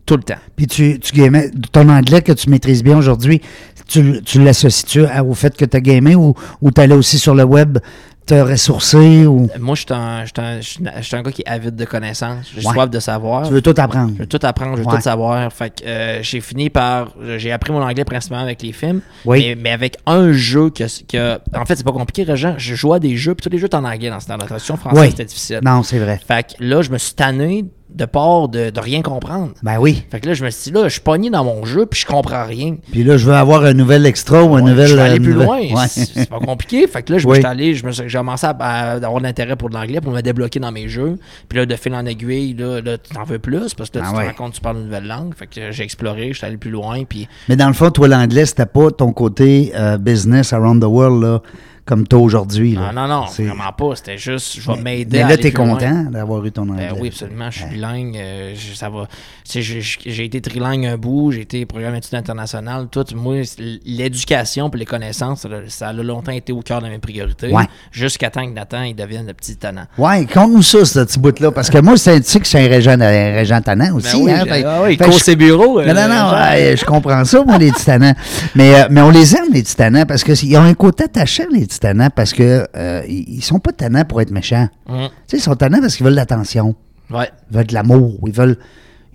S2: tout le temps.
S1: Puis tu, tu gamais. Ton anglais que tu maîtrises bien aujourd'hui, tu, tu l'associes-tu à- au fait que tu as gamé ou, ou tu allais aussi sur le web te ressourcer ou.
S2: Moi, je suis un, je suis un- je suis un- je suis un gars qui est avide de connaissances. J'ai
S1: Ouais.
S2: soif de savoir.
S1: Tu veux tout apprendre.
S2: Je veux tout apprendre, je veux
S1: Ouais.
S2: tout savoir. Fait que euh, j'ai fini par. J'ai appris mon anglais principalement avec les films.
S1: Oui.
S2: Mais, mais avec un jeu que, que- En fait, c'est pas compliqué, Régent. Je jouais à des jeux, puis tous les jeux étaient en anglais dans ce temps. La traduction française,
S1: Oui.
S2: c'était difficile.
S1: Non, c'est vrai.
S2: Fait que là, je me suis tanné de peur de, de rien comprendre.
S1: Ben oui.
S2: Fait que là, je me suis dit, là, je suis pogné dans mon jeu, puis je comprends rien.
S1: Puis là, je veux avoir un nouvel extra ou un nouvel.
S2: je suis allé
S1: euh,
S2: plus
S1: nouvel-
S2: loin,
S1: Ouais.
S2: c'est c'est pas compliqué. Fait que là, je
S1: Oui.
S2: me suis allé, je me suis- j'ai commencé à, à avoir de l'intérêt pour de l'anglais, pour me débloquer dans mes jeux. Puis là, de fil en aiguille, là, là, tu t'en veux plus, parce que là,
S1: Ah
S2: tu
S1: ouais.
S2: te rends compte que tu parles une nouvelle langue. Fait que j'ai exploré, je suis allé plus loin, puis
S1: Mais dans le fond, toi, l'anglais, c'était pas ton côté euh, business around the world, là, comme toi aujourd'hui. là.
S2: non, non, non,
S1: Ah, C'est-
S2: vraiment pas. C'était juste, je vais m'aider
S1: Mais
S2: à
S1: là,
S2: aller
S1: t'es
S2: plus loin.
S1: content d'avoir eu ton anglais.
S2: Ben oui, absolument. Je suis bilingue. euh, je- ça va. C'est- je- je- J'ai été trilingue un bout. J'ai été programme d'études internationales. Tout. Moi, c'est- l'éducation pour les connaissances, ça l'a- ça a longtemps été au cœur de mes priorités.
S1: Ouais.
S2: Jusqu'à temps que Nathan il devienne le petit tannant.
S1: Ouais, compte-nous ça, ce petit bout-là, parce que moi, c'est un petit que c'est un régent, un régent tannant aussi.
S2: Ben oui,
S1: hein,
S2: j'ai-
S1: fait-
S2: ah oui,
S1: fait
S2: cause
S1: que je-
S2: ses bureaux, euh,
S1: Non, non, non,
S2: genre.
S1: ouais, je comprends ça, moi, les titanants. Mais, euh, mais on les aime, les titanants, parce qu'ils ont un côté attachant, les titanants, parce que euh, ils ils sont pas tannants pour être méchants.
S2: Hum.
S1: Tu sais, ils sont tannants parce qu'ils veulent l'attention,
S2: Ouais.
S1: ils veulent de l'amour, ils veulent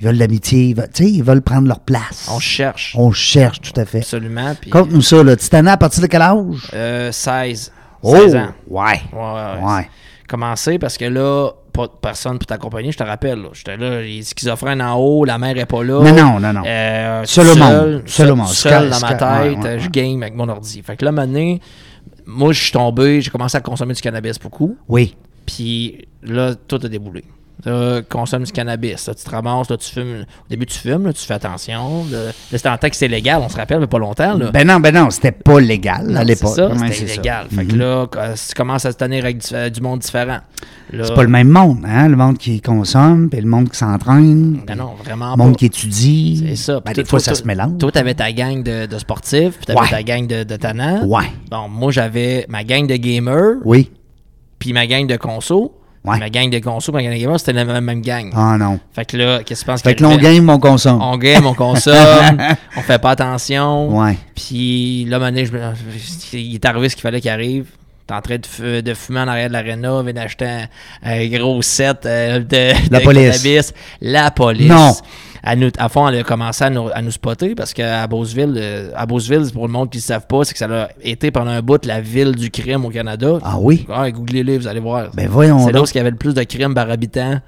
S1: ils veulent de l'amitié, ils veulent- tu sais, ils veulent prendre leur place.
S2: On cherche.
S1: On cherche, tout à fait.
S2: Absolument. Puis,
S1: Compte-nous ça, là. Titanant, à partir de quel âge?
S2: euh, 16.
S1: Oh,
S2: 16 ans.
S1: ouais.
S2: Ouais, ouais,
S1: Ouais.
S2: ouais. Commencer parce que là, pas de personne pour t'accompagner, je te rappelle. là. J'étais là, il est schizophrène en haut, la mère est pas là.
S1: Mais non, non, non.
S2: Euh,
S1: Seul au monde,
S2: Seul,
S1: seul au monde. Sky-
S2: seul dans ma
S1: Sky-
S2: tête,
S1: ouais, ouais,
S2: je
S1: ouais.
S2: game avec mon ordi. Fait que là, maintenant, moi, je suis tombé, j'ai commencé à consommer du cannabis beaucoup.
S1: Oui.
S2: Puis là, tout a déboulé. Là, consomme du cannabis, là, tu te ramasses, là, tu fumes. Au début, tu fumes, là, tu fais attention. Là, Là, c'était en temps que c'est légal, on se rappelle, mais pas longtemps. Là.
S1: Ben non, ben non, c'était pas légal à
S2: Non,
S1: l'époque.
S2: C'est ça,
S1: Ouais,
S2: c'était
S1: c'est ça. Mm-hmm.
S2: illégal. Fait que là, quand- si tu commences à se tenir avec du, euh, du monde différent. là-
S1: C'est pas le même monde, hein? Le monde qui consomme, puis le monde qui s'entraîne.
S2: Ben non, vraiment
S1: Le monde
S2: pas.
S1: qui étudie.
S2: C'est ça.
S1: Ben,
S2: Puis
S1: des
S2: toi,
S1: fois,
S2: toi,
S1: ça
S2: toi-
S1: se mélange.
S2: Toi, t'avais ta gang de, de sportifs, puis t'avais
S1: Ouais.
S2: ta gang de, de tannants.
S1: Ouais.
S2: Bon, moi, j'avais ma gang de gamers,
S1: Oui.
S2: puis ma gang de conso.
S1: Ouais.
S2: Ma gang de conso, ma gang de gamers, c'était la même, même gang.
S1: Ah non.
S2: Fait que là, qu'est-ce que tu penses
S1: Fait que
S2: qu'il
S1: l'on
S2: arrivait?
S1: game, on consomme.
S2: On game, on consomme, on fait pas attention.
S1: Ouais.
S2: Puis là, un moment donné, je me- il est arrivé ce qu'il fallait qu'il arrive. T'es en train de, fu- de fumer en arrière de l'aréna, viens d'acheter un, un gros set euh, de,
S1: La
S2: de
S1: police.
S2: cannabis. La police.
S1: Non.
S2: À, nous, à fond, elle a commencé à nous, à nous spotter parce qu'à Beauceville, euh, à Beauceville, pour le monde qui ne savent pas, c'est que ça a été pendant un bout la ville du crime au Canada.
S1: Ah oui?
S2: Ouais, googlez-les, vous allez voir.
S1: Ben voyons
S2: C'est là où
S1: donc.
S2: il y avait le plus de crimes par habitant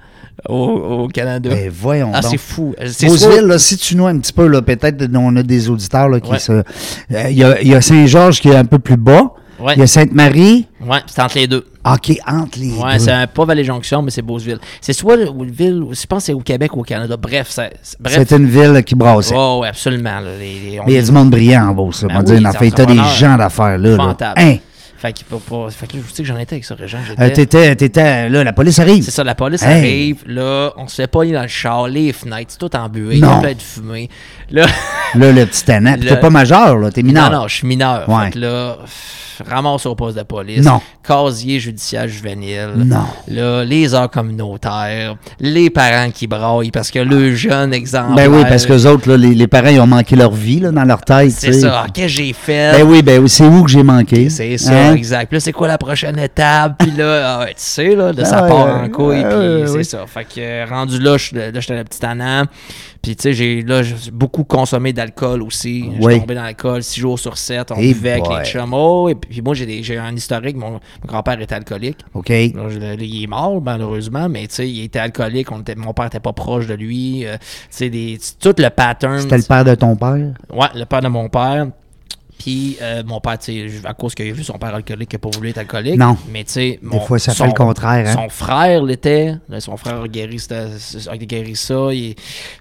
S2: au, au Canada.
S1: Ben voyons
S2: Ah,
S1: donc.
S2: c'est fou. C'est
S1: Beauceville,
S2: sûr-
S1: là, si tu nous un petit peu, là, peut-être on a des auditeurs là, qui
S2: Ouais.
S1: se. Euh, Il y a, il y a Saint-Georges qui est un peu plus bas. Il
S2: Ouais.
S1: y a Sainte-Marie.
S2: Ouais, c'est entre les deux.
S1: Ah, qui est entre les
S2: Ouais,
S1: deux.
S2: c'est un- pas Vallée-Jonction, mais c'est Beauceville. C'est soit une ville, ou- je pense que c'est au Québec ou au Canada. Bref, c'est. c'est- Bref.
S1: C'était une ville qui brassait.
S2: Oh, ouais, absolument. là, les- les- on
S1: Mais il y a
S2: est
S1: du monde brillant en Beauce, là,
S2: Ben
S1: on va
S2: oui,
S1: dire.
S2: les
S1: une affaire. T'as des
S2: entrepreneurs.
S1: gens d'affaires, là. là.
S2: Épouvantable.
S1: Hein?
S2: Fait qu'il faut pas. Fait que là, je sais que j'en étais avec ça, Régent. j'étais-
S1: Euh, t'étais, t'étais, là, la police arrive.
S2: C'est ça, la police
S1: Hey.
S2: arrive, là, on se fait pogner dans le char, les fenêtres, c'est tout en buée,
S1: Non.
S2: tout est fumé. Là.
S1: Là, le petit tannant. Puis
S2: Le-
S1: t'es pas majeur, là, t'es mineur.
S2: Non, non, je suis mineur.
S1: Ouais.
S2: Fait que là, pff, ramasse au poste de police.
S1: Non.
S2: Casier judiciaire juvénile.
S1: Non.
S2: Là, les heures communautaires. Les parents qui braillent parce que le jeune exemple.
S1: Ben oui, parce que les autres, là, les, les parents, ils ont manqué leur vie là, dans leur tête.
S2: C'est
S1: tu sais.
S2: ça. Ah, Qu'est-ce que j'ai fait?
S1: Ben oui, ben oui, c'est où que j'ai manqué.
S2: C'est ça,
S1: Hein?
S2: exact. Puis là, c'est quoi la prochaine étape? Puis là, ah ouais, tu sais, là, de
S1: Ah
S2: ça
S1: ouais,
S2: part
S1: ouais,
S2: en couille,
S1: ouais,
S2: puis
S1: ouais,
S2: c'est
S1: ouais.
S2: ça. Fait que euh, rendu là, je suis- là, j'étais le petit tannant. Puis tu sais, j'ai là, j'ai beaucoup consommé d'alcool aussi. J'ai
S1: Oui.
S2: tombé dans l'alcool 6 jours sur 7, on
S1: Eh
S2: buvait avec
S1: boy.
S2: les chums. Oh, et puis puis moi, j'ai des- j'ai un historique, mon, mon grand-père était alcoolique.
S1: OK.
S2: Là, je- là, il est mort, malheureusement, mais tu sais, il était alcoolique, on était, mon père était pas proche de lui. euh, tu sais, des- tout le pattern.
S1: C'était le père de ton père.
S2: Ouais, le père de mon père. Puis euh, mon père, tu sais, à cause qu'il a vu son père alcoolique, il n'a pas voulu être alcoolique.
S1: Non.
S2: Mais tu sais,
S1: Des fois, ça fait le contraire, hein.
S2: Son frère l'était. Là, Son frère a guéri, c'était- a guéri ça. il-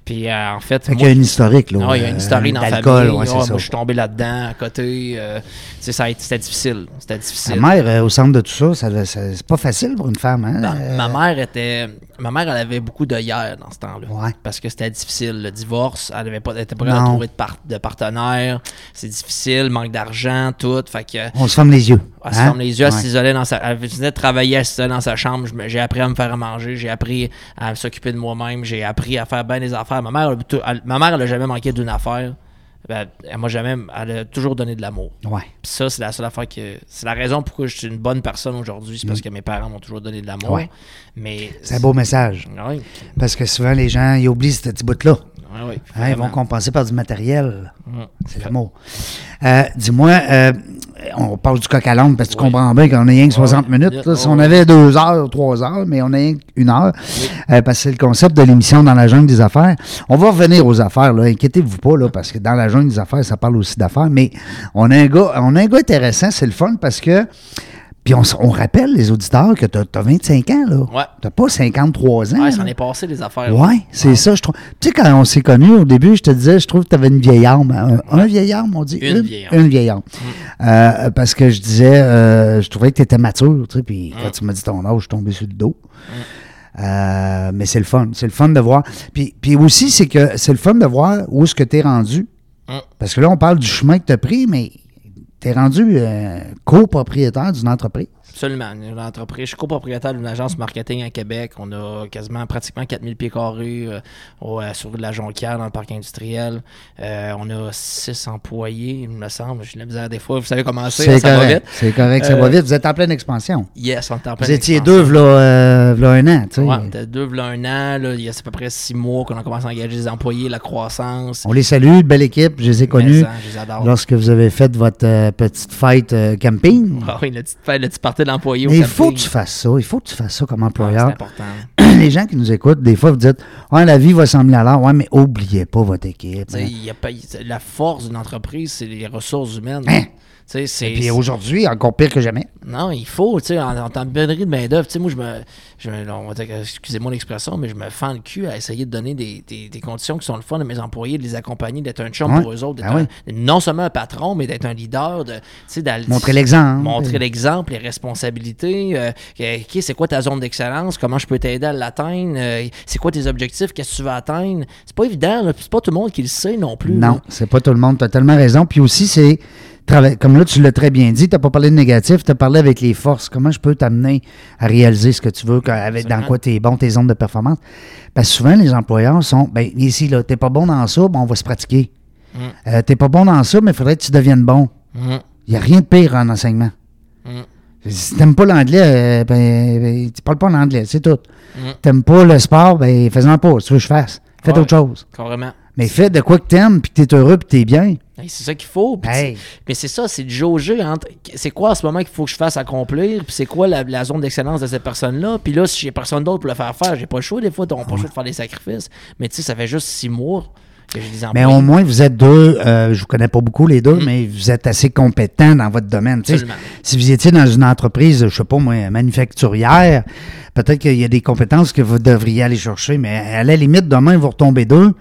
S2: puis euh, en fait,
S1: Fait
S2: moi,
S1: qu'il y a une historique, là.
S2: non, il y a une
S1: euh,
S2: historique dans la
S1: d'alcool,
S2: famille.
S1: ouais,
S2: Ah,
S1: c'est
S2: moi,
S1: ça.
S2: je suis tombé là-dedans, à côté. euh, tu sais, ça a été- c'était difficile. C'était
S1: Ta
S2: difficile.
S1: mère, euh, au centre de tout ça, ça- ça- c'est pas facile pour une femme, hein?
S2: Ma-
S1: euh,
S2: ma mère était. Ma mère, elle avait beaucoup de hier dans ce temps-là.
S1: Ouais.
S2: Parce que c'était difficile. Le divorce, elle n'était pas, elle était pas capable
S1: Non.
S2: de trouver de, par- de partenaire. C'est difficile, manque d'argent, tout. Fait que.
S1: On se ferme les yeux.
S2: Elle se
S1: hein?
S2: ferme les yeux, elle
S1: Ouais.
S2: s'isolait dans sa. Elle venait de travailler, elle s'isolait dans sa chambre. Je me- J'ai appris à me faire à manger, j'ai appris à s'occuper de moi-même, j'ai appris à faire bien des affaires. Ma mère, elle a plutôt- elle- ma mère, elle a jamais manqué d'une affaire. ben, elle m'a jamais. Elle a toujours donné de l'amour.
S1: Ouais.
S2: Puis ça, c'est la seule affaire que. C'est la raison pourquoi je suis une bonne personne aujourd'hui. C'est parce que mes parents m'ont toujours donné de l'amour.
S1: Mm. Ouais.
S2: Mais. Ah
S1: C'est un beau message.
S2: Ouais,
S1: Parce que souvent, les gens, ils oublient ce petit bout-là.
S2: ouais, ouais,
S1: Hein, ils vont
S2: Ah vraiment.
S1: compenser par du matériel.
S2: Mm.
S1: C'est l'amour. Euh, Dis-moi, euh, on parle du coq à l'âne parce que tu
S2: Oui.
S1: comprends bien qu'on a rien que 60
S2: Ouais.
S1: minutes. là. si
S2: Ouais.
S1: on avait deux heures, trois heures, mais on a rien qu'une heure euh, parce que c'est le concept de l'émission dans la jungle des affaires. On va revenir aux affaires, là. inquiétez-vous pas, là, parce que dans la jungle des affaires, ça parle aussi d'affaires, mais on a un gars, on a un gars intéressant, c'est le fun parce que. Puis on, s- on rappelle les auditeurs que tu as, 25 ans, là.
S2: Ouais.
S1: T'as pas 53 ans.
S2: Ouais,
S1: là.
S2: ça en est passé des affaires.
S1: Ouais, c'est
S2: Ah.
S1: ça, je trouve. Tu sais, quand on s'est connus au début, je te disais, je trouve que tu avais une vieille arme. Un, un vieil arme, on dit.
S2: Une vieille arme. Mm.
S1: Une vieille arme. Euh, parce que je disais, euh, je trouvais que tu étais mature, tu sais,
S2: Mm.
S1: puis quand tu m'as dit ton âge, je suis tombé sur le dos. Euh, mais c'est le fun, c'est le fun de voir. Puis, puis aussi, c'est que c'est le fun de voir où est-ce que tu es rendu.
S2: Mm.
S1: Parce que là, on parle du chemin que tu as pris, mais tu es rendu euh, copropriétaire d'une entreprise.
S2: Absolument. Une entreprise. Je suis copropriétaire d'une agence marketing à Québec. On a quasiment pratiquement 4000 pieds carrés euh, au- euh, sur de la Jonquière dans le parc industriel. Euh, on a 6 employés, il me semble. J'ai de la misère des fois. Vous savez comment c'est, hein, ça va
S1: correct.
S2: vite.
S1: C'est correct, ça
S2: Euh,
S1: va vite. Vous êtes en pleine expansion.
S2: Yes, on est en pleine
S1: Vous étiez
S2: expansion.
S1: deux, v'là, euh, v'là un an, tu sais.
S2: Ouais, on était deux, v'là un an. Là, il y a à peu près six mois qu'on a commencé à engager des employés, la croissance.
S1: On les salue, belle équipe, je les ai connus
S2: Mais, hein, je les adore.
S1: lorsque vous avez fait votre euh, petite fête euh, camping.
S2: Ah oui, le petit, le petit party de l'employé au
S1: Mais il
S2: camping.
S1: faut que tu fasses ça, il faut que tu fasses hein. ça comme
S2: Ah, C'est
S1: employeur.
S2: important.
S1: les gens qui nous écoutent, des fois, vous dites Ouais, la vie va sembler à l'heure, ouais, mais oubliez pas votre équipe.
S2: Tu sais, il y a pas- la force d'une entreprise, c'est les ressources humaines.
S1: Hein?
S2: Tu sais, c'est-
S1: Et puis aujourd'hui, encore pire que jamais.
S2: Non, il faut, tu sais, en, en tant que bénérie de main-d'œuvre, tu sais, moi, je me. je me- on va dire que- excusez-moi l'expression, mais je me fends le cul à essayer de donner des, des- des conditions qui sont le fun à mes employés, de les accompagner, d'être un chum
S1: Ouais.
S2: pour eux autres, d'être
S1: Ah ouais.
S2: un- non seulement un patron, mais d'être un leader, de. tu sais, d'aller-
S1: Montrer l'exemple.
S2: Montrer l'exemple, les responsabilités. euh, que- OK, c'est quoi ta zone d'excellence? Comment je peux t'aider à l'atteindre? euh, c'est quoi tes objectifs? Qu'est-ce que tu veux atteindre? C'est pas évident, là, puis c'est pas tout le monde qui le sait non plus.
S1: Non,
S2: là.
S1: c'est pas tout le monde. Tu as tellement raison. Puis aussi, c'est. trava- Comme là, tu l'as très bien dit, tu n'as pas parlé de négatif, tu as parlé avec les forces. Comment je peux t'amener à réaliser ce que tu veux, que- avec, dans
S2: Absolument.
S1: quoi tu es bon, tes zones de performance? Parce que souvent, les employeurs sont ben ici, là, t'es pas bon dans ça, ben, on va se pratiquer.
S2: Mm.
S1: Euh, t'es pas bon dans ça, mais il faudrait que tu deviennes bon.
S2: Mhm.
S1: Il n'y a rien de pire en enseignement.
S2: Mm.
S1: Si t'aimes pas l'anglais, euh, ben, ben, tu parles pas en anglais, c'est tout. T'aimes pas le sport, ben fais-en pas, si tu veux que je fasse. Fais
S2: Mm. Ouais.
S1: autre chose.
S2: Carrément.
S1: Mais fais de quoi que t'aimes, puis que t'es heureux, puis t'es bien.
S2: Hey, c'est ça qu'il faut. puis
S1: Hey.
S2: c'est- Mais c'est ça, c'est de jauger. entre- C'est quoi en ce moment qu'il faut que je fasse accomplir? Puis c'est quoi la, la zone d'excellence de cette personne-là? Puis là, si j'ai personne d'autre pour le faire faire, j'ai pas le choix. Des fois, t'as pas le choix de faire des sacrifices. Mais tu sais, ça fait juste six mois que j'ai des
S1: Mais
S2: employés.
S1: au moins, vous êtes deux, euh, je vous connais pas beaucoup les deux, mais vous êtes assez compétents dans votre domaine. Tu sais,
S2: Mm. Absolument.
S1: si vous étiez dans une entreprise, je sais pas moi, manufacturière, peut-être qu'il y a des compétences que vous devriez aller chercher, mais à la limite, demain, vous retombez deux.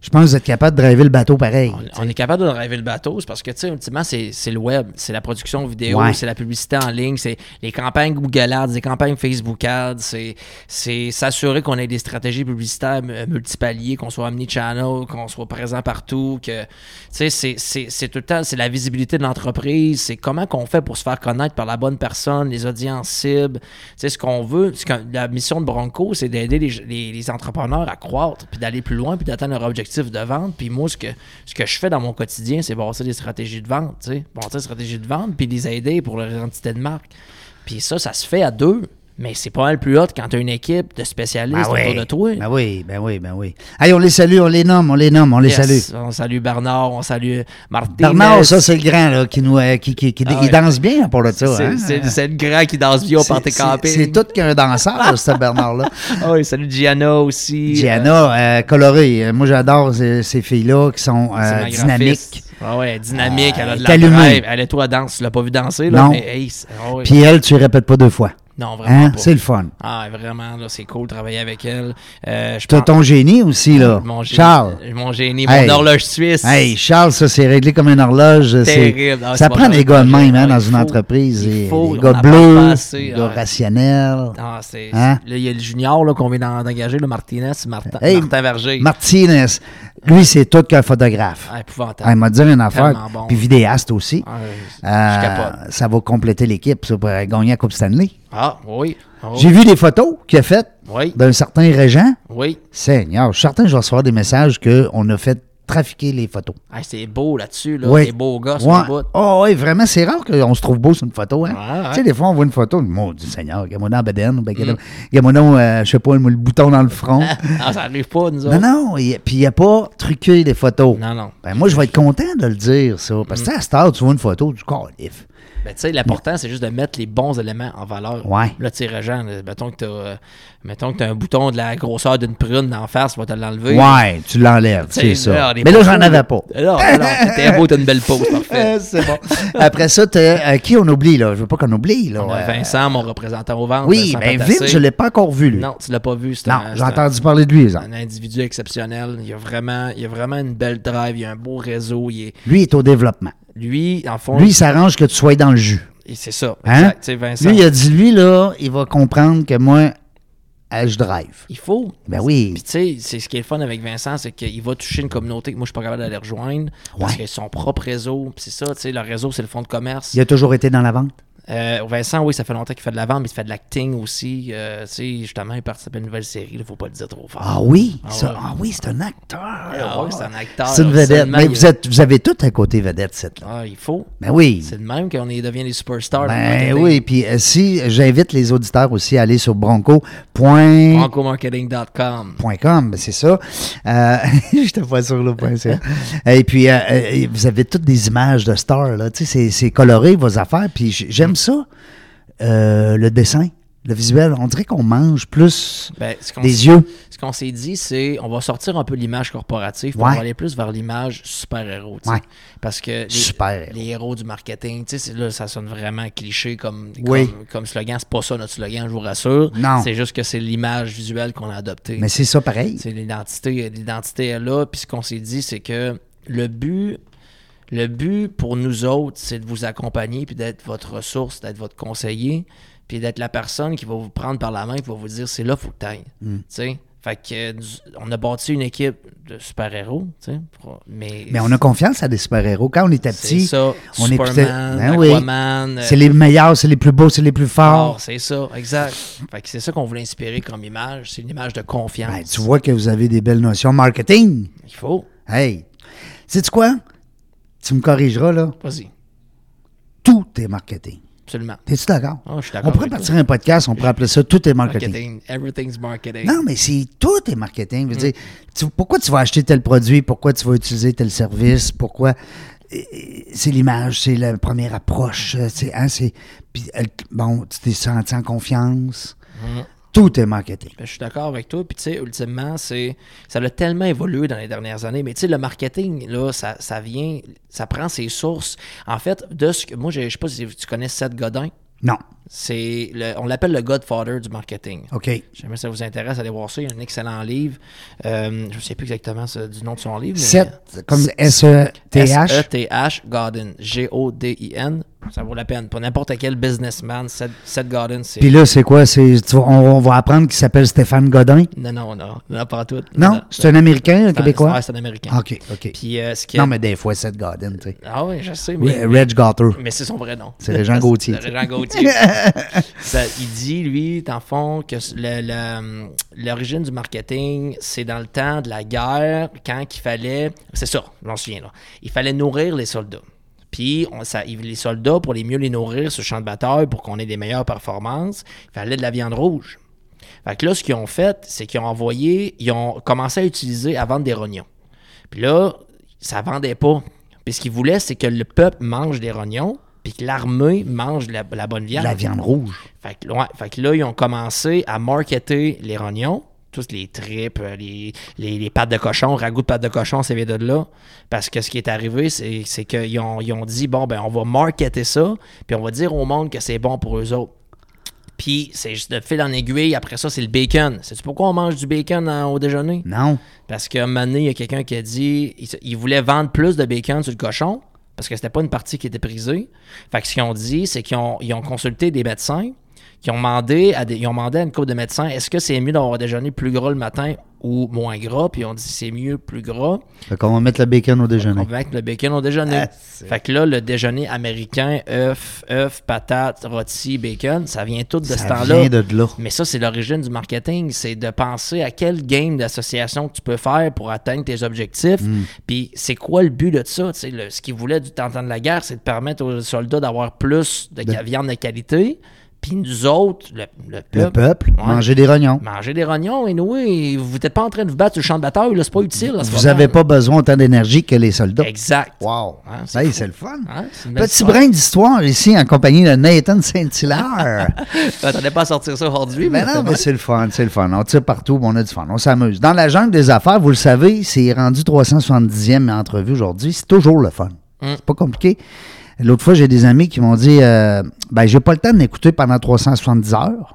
S1: Je pense que vous êtes capable de driver le bateau pareil.
S2: On- On, est capable de rêver le bateau, c'est parce que, tu sais, ultimement, c'est c'est le web, c'est la production vidéo,
S1: Ouais.
S2: c'est la publicité en ligne, c'est les campagnes Google Ads, les campagnes Facebook Ads, c'est- c'est s'assurer qu'on ait des stratégies publicitaires mu- multipaliers, qu'on soit omnichannel, qu'on soit présent partout, que, tu sais, c'est- c'est c'est tout le temps, c'est la visibilité de l'entreprise, c'est comment qu'on fait pour se faire connaître par la bonne personne, les audiences cibles, tu sais, ce qu'on veut, ce que- la mission de Bronco, c'est d'aider les, les- les entrepreneurs à croître, puis d'aller plus loin, puis d'atteindre leur objectif de vente, puis moi, ce que, ce que je fais dans mon quotidien, c'est bâtir des stratégies de vente, tu sais, bâtir des stratégies de vente, puis les aider pour leur identité de marque. Puis ça, ça se fait à deux, mais c'est pas mal plus hot quand t'as une équipe de spécialistes
S1: Ben oui.
S2: autour de toi.
S1: Ben oui, ben oui, ben oui. Hey, on les salue, on les nomme, on les nomme, on les salue.
S2: Yes, On salue Bernard, on salue Martin.
S1: Bernard, ça, c'est le grand, là, qui nous, euh, qui, qui, qui-
S2: Ah
S1: il
S2: ouais.
S1: danse bien pour le ça,
S2: C'est-
S1: hein?
S2: C'est c'est le grand qui danse bio
S1: C'est-
S2: par tes
S1: c'est-
S2: campings.
S1: C'est tout qu'un danseur, ce Bernard-là.
S2: Ah oui, salut Gianna aussi.
S1: Diana, euh, colorée. Euh, Moi, j'adore ces, ces filles-là qui sont
S2: C'est
S1: euh,
S2: ma
S1: dynamiques.
S2: graphiste. Ah ouais, dynamique,
S1: Euh,
S2: elle a de
S1: elle est
S2: la
S1: allumée.
S2: drive. Elle est toi, elle danse. Tu l'as pas vu danser, là.
S1: Non.
S2: Mais, hey, c'est- ah ouais.
S1: Puis elle, tu répètes pas deux fois.
S2: non, vraiment
S1: Hein?
S2: pas.
S1: C'est le fun.
S2: Ah, vraiment, là, c'est cool de travailler avec elle. Euh, je
S1: T'as
S2: pense-
S1: ton génie aussi, là.
S2: Mon génie,
S1: Charles.
S2: Mon génie,
S1: Hey.
S2: mon horloge suisse.
S1: Hey, Charles, ça, c'est réglé comme une horloge. c'est-
S2: Terrible. Ah,
S1: ça
S2: c'est
S1: prend
S2: pas
S1: des gars de
S2: vrai.
S1: même, hein,
S2: Il
S1: dans une
S2: faut-
S1: entreprise.
S2: il
S1: Et
S2: faut,
S1: des
S2: on
S1: gars
S2: en parle
S1: bleus,
S2: pas assez,
S1: des gars
S2: ouais.
S1: rationnels.
S2: Ah, c'est-
S1: Hein?
S2: Là, il y a le junior là, qu'on vient d'en- d'engager, le Martinez, Martin,
S1: Hey,
S2: Martin Verger.
S1: Martinez, lui, c'est tout qu'un photographe.
S2: Ah,
S1: Ah, il
S2: épouvantable.
S1: m'a dit une affaire.
S2: Tellement bon.
S1: Puis vidéaste aussi.
S2: Ah,
S1: Euh,
S2: je capote.
S1: ça va compléter l'équipe ça, pour gagner la Coupe Stanley.
S2: Ah, oui. Ah,
S1: J'ai Ben- vu des photos qu'il a faites
S2: Oui.
S1: d'un certain Régent.
S2: Oui.
S1: Seigneur, je suis certain que je vais recevoir des messages qu'on a fait trafiquer les photos.
S2: Ah, c'est beau là-dessus, là.
S1: Oui.
S2: Des beaux gosses
S1: Ouais.
S2: au bout.
S1: Ah oui, vraiment, c'est rare qu'on se trouve beau sur une photo. Hein?
S2: Ouais, Mm. ouais.
S1: Tu sais, des fois, on voit une photo, mon Dieu Seigneur, regarde-moi dans la bedaine, ben, regarde- regarde-moi donc, euh, je sais pas, le bouton dans le front.
S2: Ah, ça arrive pas, nous
S1: non,
S2: autres.
S1: non, il y a- puis il n'y a pas truqué les photos.
S2: Non, Mm. non.
S1: Ben, moi, je vais être content de le dire, ça. Parce que tu sais, à cette heure, tu vois une photo du calife.
S2: Ben, tu sais, l'important, c'est juste de mettre les bons éléments en valeur.
S1: Ouais.
S2: Là, tu sais, Réjean, là, mettons que t'as euh, mettons que t'as un bouton de la grosseur d'une prune d'en face, tu vas te l'enlever.
S1: Ouais, tu l'enlèves,
S2: Tu
S1: c'est
S2: sais, ah,
S1: ça.
S2: on est
S1: Mais là,
S2: pas
S1: j'en
S2: fou,
S1: avais pas.
S2: Non, non, non, t'es beau, t'as une belle pose, parfait.
S1: Euh, c'est bon. Après ça, t'as- euh, qui on oublie, là? Je veux pas qu'on oublie, là.
S2: On a
S1: Euh,
S2: Vincent, mon représentant au ventre.
S1: oui,
S2: Vincent
S1: ben
S2: Patassé.
S1: vite, je l'ai pas encore vu, lui.
S2: Non, tu l'as pas vu. c'est
S1: Non,
S2: un-
S1: j'ai
S2: c'est un-
S1: entendu parler de lui, les gens.
S2: un individu exceptionnel. Il a vraiment, il a vraiment une belle drive, il a un beau réseau. Il est,
S1: Lui est au développement.
S2: lui, en fond,
S1: Lui, il s'arrange que tu sois dans le jus.
S2: il- c'est ça.
S1: Hein?
S2: Exact, tu sais, Vincent.
S1: Lui, il a dit, lui, là, il va comprendre que moi, euh, je drive.
S2: Il faut.
S1: Ben oui.
S2: Puis tu sais, c'est ce qui est le fun avec Vincent, c'est qu'il va toucher une communauté que moi je suis pas capable d'aller rejoindre parce
S1: Ouais.
S2: qu'il a son propre réseau. Puis c'est ça, tu sais, le réseau c'est le fonds de commerce.
S1: Il a toujours été dans la vente.
S2: Euh, Vincent, oui, ça fait longtemps qu'il fait de la vente, mais il fait de l'acting aussi. Euh, tu sais, justement, il participe à une nouvelle série. Il faut pas le dire trop fort.
S1: Ah oui,
S2: Ah
S1: ça,
S2: ouais.
S1: ah oui, c'est un acteur.
S2: Ah ouais, c'est un acteur.
S1: C'est une vedette.
S2: Seulement,
S1: Mais
S2: il-
S1: vous, êtes, vous avez tout un côté vedette, cette là.
S2: Ah, il faut.
S1: Ben oui.
S2: C'est de même qu'on est- devient des superstars. dans le
S1: Ben
S2: marketing.
S1: oui, puis euh, si j'invite les auditeurs aussi à aller sur bronco.com,
S2: Francomarketing.com.
S1: ben c'est ça. Euh, je te vois sur le point, c'est- Et puis, euh, euh, vous avez toutes des images de stars, là. Tu sais, c'est- c'est coloré, vos affaires. Puis j- j'aime ça, euh, le dessin, le visuel. On dirait qu'on mange plus
S2: Ben, ce qu'on
S1: des yeux.
S2: ce qu'on s'est dit, c'est on va sortir un peu de l'image corporative pour
S1: Ouais.
S2: aller plus vers l'image super-héros. tu sais.
S1: Ouais.
S2: Parce que les,
S1: Super-héros.
S2: les héros du marketing, tu sais, c'est- là, ça sonne vraiment cliché comme,
S1: Oui.
S2: comme, comme slogan. C'est pas ça notre slogan, je vous rassure.
S1: Non.
S2: C'est juste que c'est l'image visuelle qu'on a adoptée.
S1: Mais c'est ça pareil.
S2: C'est l'identité, l'identité est là. Puis ce qu'on s'est dit, c'est que le but, le but pour nous autres, c'est de vous accompagner, puis d'être votre ressource, d'être votre conseiller, puis d'être la personne qui va vous prendre par la main, qui va vous dire c'est là faut que t'ailles.
S1: Mm.
S2: Tu sais. Fait que nous- on a bâti une équipe de super héros, tu sais. pour- Mais,
S1: Mais on a confiance à des super-héros. Quand on était
S2: c'est
S1: petit,
S2: ça. euh,
S1: on écoutait-
S2: Superman,
S1: Ben oui.
S2: Aquaman,
S1: c'est les meilleurs, c'est les plus beaux, c'est les plus
S2: Thor,
S1: forts.
S2: c'est ça, exact. Fait que c'est ça qu'on voulait inspirer comme image, c'est une image de confiance.
S1: Ben, tu vois que vous avez des belles notions marketing.
S2: Il faut,
S1: Hey, sais-tu quoi? Tu me corrigeras, là.
S2: vas-y,
S1: Tout est marketing.
S2: absolument.
S1: T'es-tu d'accord?
S2: Ah, je suis d'accord
S1: on pourrait
S2: avec toi.
S1: partir un podcast, on pourrait appeler ça Tout est marketing.
S2: marketing. Everything's marketing.
S1: Non, mais c'est tout est marketing. Je veux dire,
S2: Mm.
S1: tu- pourquoi tu vas acheter tel produit? Pourquoi tu vas utiliser tel service? Pourquoi? Euh, C'est l'image, c'est la première approche. euh, C'est, hein, c'est, puis, euh, bon, tu t'es senti en confiance.
S2: Mm.
S1: Tout est marketing.
S2: Ben, je suis d'accord avec toi. Puis, tu sais, ultimement, c'est ça a tellement évolué dans les dernières années. Mais, tu sais, le marketing, là, ça, ça vient, ça prend ses sources. En fait, de ce que moi, je je sais pas si tu connais Seth Godin.
S1: Non.
S2: C'est le- on l'appelle le Godfather du marketing.
S1: OK.
S2: Jamais ça vous intéresse, allez voir ça. Il y a un excellent livre. Euh, je ne sais plus exactement ce- du nom de son livre. mais-
S1: Seth, comme E
S2: Seth- E
S1: S-E-T-H.
S2: S-E-T-H, Godin. G-O-D-I-N. Ça vaut la peine. Pour n'importe quel businessman, Seth, Seth Godin, c'est.
S1: Puis là, c'est quoi? C'est, tu vois, on, on va apprendre qu'il s'appelle Stéphane Godin.
S2: Non, non, non. Non, pas en tout.
S1: Non, c'est un Américain, un
S2: C'est un-
S1: Québécois?
S2: ouais, c'est un Américain.
S1: OK, OK.
S2: Puis, euh, ce qui
S1: non, mais des fois, Seth Godin, tu sais.
S2: Ah oui, je sais, mais,
S1: Re- Reg Gotter.
S2: mais c'est son vrai nom.
S1: C'est Régent Gauthier.
S2: C'est Régent Gauthier. Ça, Ben, il dit, lui, dans le fond, que le- le- l'origine du marketing, c'est dans le temps de la guerre, quand il fallait. C'est ça, je m'en souviens, là. Il fallait nourrir les soldats. Puis, on- ça, il- les soldats, pour les mieux les nourrir sur le champ de bataille, pour qu'on ait des meilleures performances, il fallait de la viande rouge. Fait que là, ce qu'ils ont fait, c'est qu'ils ont envoyé, ils ont commencé à utiliser, à vendre des rognons. Puis là, ça vendait pas. Puis ce qu'ils voulaient, c'est que le peuple mange des rognons, puis que l'armée mange de la, la bonne viande.
S1: La viande rouge.
S2: Fait que, ouais, fait que là, ils ont commencé à marketer les rognons, tous les tripes, euh, les, les, les pattes de cochon, ragoût de pattes de cochon, c'est vient de là. Parce que ce qui est arrivé, c'est c'est qu'ils ont, ils ont dit, bon, ben, on va marketer ça, puis on va dire au monde que c'est bon pour eux autres. Puis, c'est juste de fil en aiguille. Après ça, c'est le bacon. Sais-tu pourquoi on mange du bacon en- au déjeuner?
S1: Non.
S2: Parce qu'à un moment donné, il y a quelqu'un qui a dit il, il voulait vendre plus de bacon sur le cochon parce que c'était pas une partie qui était prisée. Fait que ce qu'ils ont dit, c'est qu'ils ont, ils ont consulté des médecins, qui ont demandé à des- ils ont demandé à une couple de médecins est-ce que c'est mieux d'avoir déjeuné plus gros le matin ou moins gras, puis on dit c'est mieux plus gras.
S1: Fait qu'on va mettre le bacon au
S2: On
S1: déjeuner.
S2: va mettre le bacon au déjeuner.
S1: Ah, c'est-
S2: fait que là, le déjeuner américain, œufs, œufs, patates, rôti, bacon, ça vient tout de ce
S1: Ça
S2: temps-là.
S1: vient de là.
S2: Mais ça, c'est l'origine du marketing. C'est de penser à quel game d'association que tu peux faire pour atteindre tes objectifs.
S1: Mm.
S2: Puis c'est quoi le but de ça? Tu sais, le- ce qu'ils voulaient du temps de la guerre, c'est de permettre aux soldats d'avoir plus de, viande de qualité. Puis nous autres, le, le peuple,
S1: Le peuple,
S2: ouais,
S1: manger des rognons.
S2: manger des rognons. Et nous, vous n'êtes pas en train de vous battre sur le champ de bataille. là, C'est pas utile. à ce
S1: Vous
S2: moment.
S1: n'avez pas besoin autant d'énergie que les soldats.
S2: Exact.
S1: Wow.
S2: Hein, c'est
S1: Ça y est,
S2: fou.
S1: c'est le fun.
S2: Hein, c'est une belle
S1: Petit
S2: histoire.
S1: brin d'histoire ici en compagnie de Nathan Saint-Hilaire.
S2: T'attendais pas à sortir ça aujourd'hui,
S1: Mais Ben non, mais c'est le fun, c'est le fun. On tire partout, mais on a du fun, on s'amuse. Dans la jungle des affaires, vous le savez, c'est rendu 370e entrevue aujourd'hui. C'est toujours le fun. C'est pas compliqué. L'autre fois, j'ai des amis qui m'ont dit euh, Ben, j'ai pas le temps de l'écouter pendant 370 heures.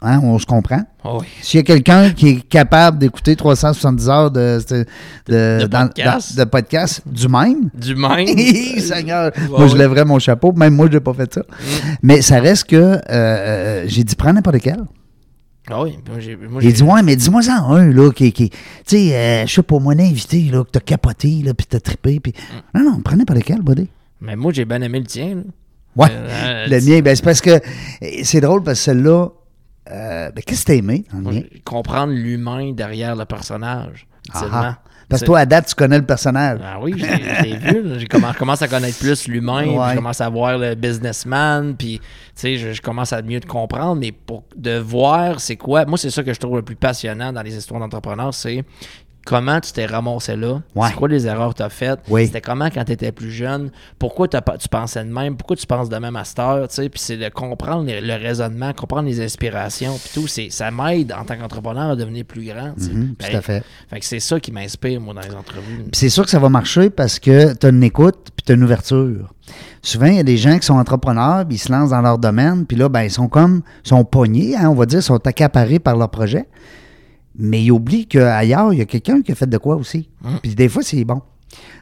S1: Hein, on se comprend.
S2: Oh oui.
S1: S'il y a quelqu'un qui est capable d'écouter 370 heures de, de, de-
S2: De
S1: dans-
S2: podcast.
S1: dans- de podcast du même,
S2: Du même.
S1: Hi, Seigneur.
S2: Ouais,
S1: moi, je
S2: ouais.
S1: lèverais mon chapeau. Même moi, je n'ai pas fait ça. Mais ça reste que euh, euh, j'ai dit, prends n'importe quel.
S2: Ah oui. Moi, j'ai- moi,
S1: J'ai
S2: j'ai-
S1: dit, ouais, mais dis-moi en un, là, qui. qui- tu sais, euh, je sais pas, moi, un invité, là, que t'as capoté, là, puis t'as trippé, puis.
S2: Mm.
S1: Non, non, prends n'importe quel, buddy.
S2: Mais moi, j'ai bien aimé le tien. là.
S1: Ouais.
S2: Euh,
S1: le
S2: tu-
S1: mien, ben, c'est parce que. et C'est drôle, parce que celle-là. euh, ben, qu'est-ce que t'as aimé dans le
S2: Moi,
S1: mien?
S2: je- Comprendre l'humain derrière le personnage.
S1: Ah,
S2: seulement.
S1: ah. Parce
S2: C'est-
S1: que toi, à date, tu connais le personnage.
S2: Ah oui, j'ai j'ai vu. là. J'ai commen- Je commence à connaître plus l'humain, puis
S1: Ouais.
S2: je commence à voir le businessman, puis tu sais, je, je commence à mieux te comprendre, mais pour de voir c'est quoi. Moi, c'est ça que je trouve le plus passionnant dans les histoires d'entrepreneurs, c'est comment tu t'es ramassé là,
S1: Ouais.
S2: c'est quoi les erreurs que tu as faites,
S1: Oui.
S2: c'était comment quand tu étais plus jeune, pourquoi t'as pas- tu pensais de même, pourquoi tu penses de même à cette heure, tu sais, puis c'est de comprendre les- le raisonnement, comprendre les inspirations, puis tout, c'est- ça m'aide en tant qu'entrepreneur à devenir plus grand. tu sais. Ben,
S1: Mhm, tout à fait.
S2: Fait que c'est ça qui m'inspire, moi, dans les entrevues.
S1: Puis c'est sûr que ça va marcher parce que tu as une écoute puis tu as une ouverture. Souvent, il y a des gens qui sont entrepreneurs, puis ils se lancent dans leur domaine, puis là, ben, ils sont comme, sont pognés, hein, on va dire, sont accaparés par leur projet. Mais ils oublient qu'ailleurs, il y a quelqu'un qui a fait de quoi aussi. Puis des fois, c'est bon.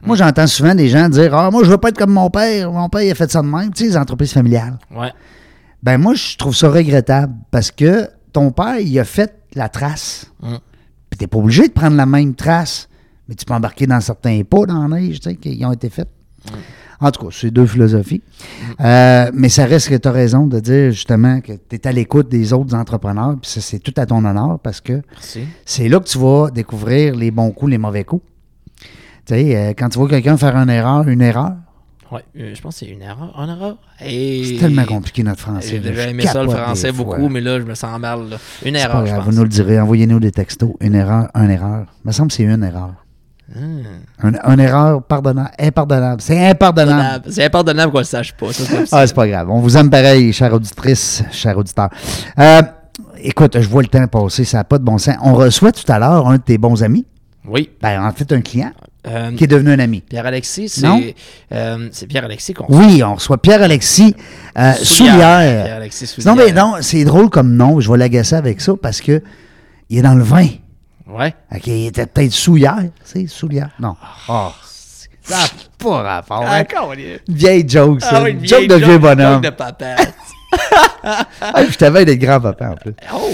S1: Moi, j'entends souvent des gens dire Ah, moi, je veux pas être comme mon père. Mon père, il a fait ça de même. Tu sais, les entreprises familiales.
S2: Ouais.
S1: Ben, moi, je trouve ça regrettable parce que ton père, il a fait la trace.
S2: Hum.
S1: Puis t'es pas obligé de prendre la même trace, mais tu peux embarquer dans certains pas dans la neige, tu sais, qui ont été faits. En tout cas, c'est deux philosophies. Euh, mais ça reste que tu as raison de dire justement que tu es à l'écoute des autres entrepreneurs, puis ça, c'est tout à ton honneur parce que
S2: Merci.
S1: c'est là que tu vas découvrir les bons coups, les mauvais coups. Tu sais, euh, quand tu vois quelqu'un faire une erreur, une erreur,
S2: Ouais, euh, je pense que c'est une erreur. Une erreur. Et...
S1: c'est tellement compliqué notre français.
S2: J'ai
S1: là,
S2: déjà
S1: je
S2: aimé ça le
S1: capote des
S2: français
S1: fois.
S2: beaucoup, mais là, je me sens mal. là. Une
S1: C'est pas
S2: erreur, je
S1: grave,
S2: pense.
S1: vous nous le direz. Envoyez-nous des textos. Une erreur, une erreur. Il me semble que c'est une erreur.
S2: Hmm.
S1: Un- Une, erreur pardonnable, impardonnable. C'est impardonnable.
S2: C'est impardonnable qu'on le sache pas. Ça, c'est
S1: Ah, c'est pas grave. On vous aime pareil, chère auditrice, chers auditeurs. Euh, écoute, je vois le temps passer, ça n'a pas de bon sens. On reçoit tout à l'heure un de tes bons amis.
S2: Oui.
S1: Ben, en fait, un client
S2: euh,
S1: qui est devenu un ami.
S2: Pierre-Alexis,
S1: Non.
S2: c'est euh, c'est Pierre-Alexis qu'on
S1: Oui, on reçoit Pierre-Alexis euh,
S2: Soulière.
S1: Soulière.
S2: Pierre-Alexis Soulière.
S1: Non, mais non, c'est drôle comme nom. Je vais l'agacer avec ça parce que il est dans le vin.
S2: Ouais.
S1: OK, il était peut-être sous hier. C'est sous hier. Non. Ah, ça n'a pas rapport. hein?
S2: Encore, il est-
S1: Une vieille joke, ça.
S2: Ah oui,
S1: Une
S2: une
S1: joke de
S2: vieille
S1: vieux
S2: joke,
S1: bonhomme.
S2: joke de papa.
S1: Ah, puis je t'avais d'être grand-papa, en plus.
S2: Oh!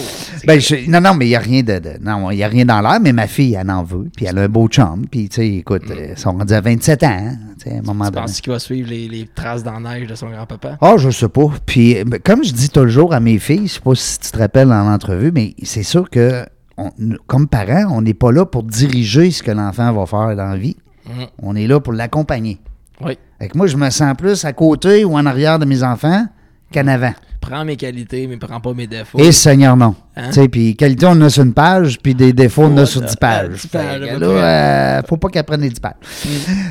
S1: Ben, je- non, non, mais il n'y a rien de, de- non, il y a rien dans l'air, mais ma fille, elle en veut. Puis elle a un beau chum. Puis, tu sais, écoute,
S2: Mm.
S1: euh, ils sont rendus à 27 ans, hein, tu sais, à un moment
S2: Je
S1: donné.
S2: pense qu'il va suivre les, les traces dans la neige de son grand-papa.
S1: Ah, je sais pas. Puis, euh, ben, comme je dis toujours à mes filles, je sais pas si tu te rappelles en entrevue, mais c'est sûr que, on- nous, comme parents, on n'est pas là pour diriger ce que l'enfant va faire dans la vie.
S2: Mhm.
S1: On est là pour l'accompagner.
S2: Oui.
S1: Fait que moi, je me sens plus à côté ou en arrière de mes enfants qu'en avant.
S2: Prends mes qualités, mais prends pas mes défauts.
S1: Et Seigneur, non.
S2: Hein?
S1: Tu sais, puis qualité, on en a sur une page, puis des défauts, on en a
S2: Ouais,
S1: sur
S2: euh,
S1: 10 pages.
S2: dix
S1: Fait
S2: pages,
S1: que
S2: à peu Mm.
S1: là, euh, faut pas qu'elle prenne les 10 pages.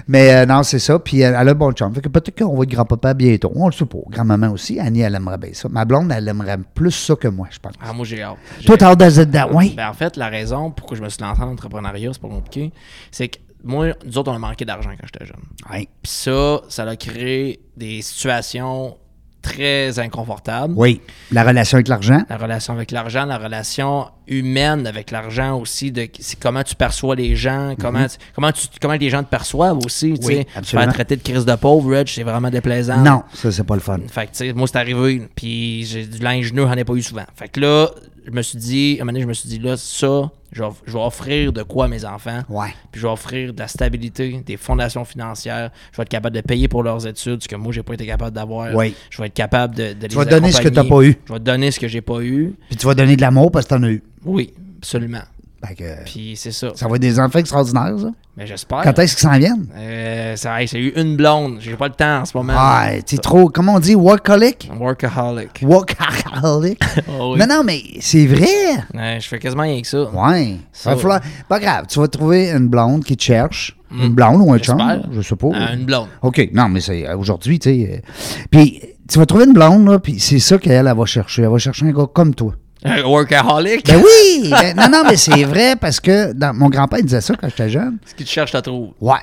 S1: Mais euh, non, c'est ça. Puis euh, elle a bon chum. Fait que peut-être qu'on va être grand-papa bientôt. On le sait pas. Grand-maman aussi. Annie, elle aimerait bien ça. Ma blonde, elle aimerait plus ça que moi, je pense.
S2: Ah, moi, j'ai hâte. J'ai-
S1: Toi, t'as hâte d'être dedans, oui?
S2: Ben, en fait, la raison pourquoi je me suis lancé en entrepreneuriat, c'est pas compliqué, c'est que moi, nous autres, on a manqué d'argent quand j'étais jeune.
S1: Oui.
S2: Puis ça, ça a créé des situations très inconfortables.
S1: Oui. La relation avec l'argent.
S2: La relation avec l'argent, la relation humaine avec l'argent aussi, de c'est comment tu perçois les gens, comment, tu- comment, tu, comment les gens te perçoivent aussi. tu
S1: Mm-hmm. Oui,
S2: sais. Tu
S1: absolument.
S2: vas traiter de crise de pauvre, Reg, c'est vraiment déplaisant.
S1: Non, ça, c'est pas le fun.
S2: Fait que, tu sais, moi, c'est arrivé, puis j'ai du linge neuf, j'en ai pas eu souvent. Fait que là, je me suis dit, à un moment donné, je me suis dit, là, ça, Je vais, je vais offrir de quoi à mes enfants.
S1: Ouais.
S2: Puis je vais offrir de la stabilité, des fondations financières. Je vais être capable de payer pour leurs études, ce que moi, j'ai pas été capable d'avoir.
S1: Oui.
S2: Je vais être capable de, de les
S1: Tu vas donner ce que
S2: accompagner.
S1: t'as pas eu.
S2: Je vais te donner ce que j'ai pas eu.
S1: Puis tu vas donner de l'amour parce que t'en as eu.
S2: Oui, absolument.
S1: Fait que,
S2: Puis c'est ça.
S1: ça va être des enfants extraordinaires, ça.
S2: Mais j'espère.
S1: Quand est-ce qu'ils s'en viennent?
S2: Euh, ça hey, c'est eu une blonde. J'ai pas le temps en ce moment.
S1: Ah, t'es trop, comment on dit, workaholic?
S2: Workaholic.
S1: Workaholic?
S2: Oh oui.
S1: Mais non, mais c'est vrai!
S2: Ouais, je fais quasiment rien que ça.
S1: Ouais.
S2: Ça,
S1: Va falloir- Pas grave, tu vas trouver une blonde qui te cherche. Une blonde ou un chum,
S2: Mm. J'espère.
S1: je sais pas.
S2: Euh, une blonde.
S1: OK, non, mais c'est euh, aujourd'hui, tu sais. euh, Puis tu vas trouver une blonde, là, puis c'est ça qu'elle elle va chercher. Elle va chercher un gars comme toi.
S2: Un workaholic.
S1: Ben oui! ben, non, non, mais c'est vrai parce que dans- mon grand-père il disait ça quand j'étais jeune.
S2: Ce que tu cherches, je te trouve.
S1: Ouais.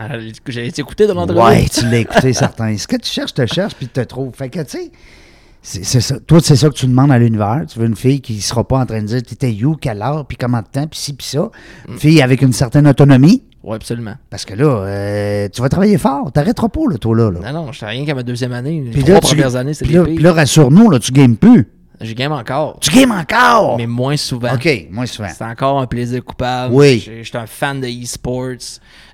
S2: Euh, J'ai été écouté de l'entrevue.
S1: Ouais, tu l'as écouté, certain. Ce que tu cherches, te cherche, puis te trouve. Fait que, tu sais, c'est c'est ça. Toi, c'est ça que tu demandes à l'univers. Tu veux une fille qui sera pas en train de dire, t'étais you, quelle heure, puis comment de temps, puis ci, puis ça.
S2: Mm.
S1: Une fille avec une certaine autonomie.
S2: Ouais, absolument.
S1: Parce que là, euh, tu vas travailler fort. T'arrêteras pas, là, toi, là. là.
S2: Non, non, je rien qu'à ma deuxième année. Les
S1: Puis
S2: trois
S1: là, tu-
S2: premières années, c'est
S1: puis
S2: des
S1: là,
S2: pires.
S1: puis là, rassure-nous, là, tu games plus.
S2: Je game encore.
S1: Tu games encore!
S2: Mais moins souvent.
S1: OK, moi, souvent.
S2: C'est encore un plaisir coupable.
S1: Oui.
S2: Je je suis un fan de e-sports.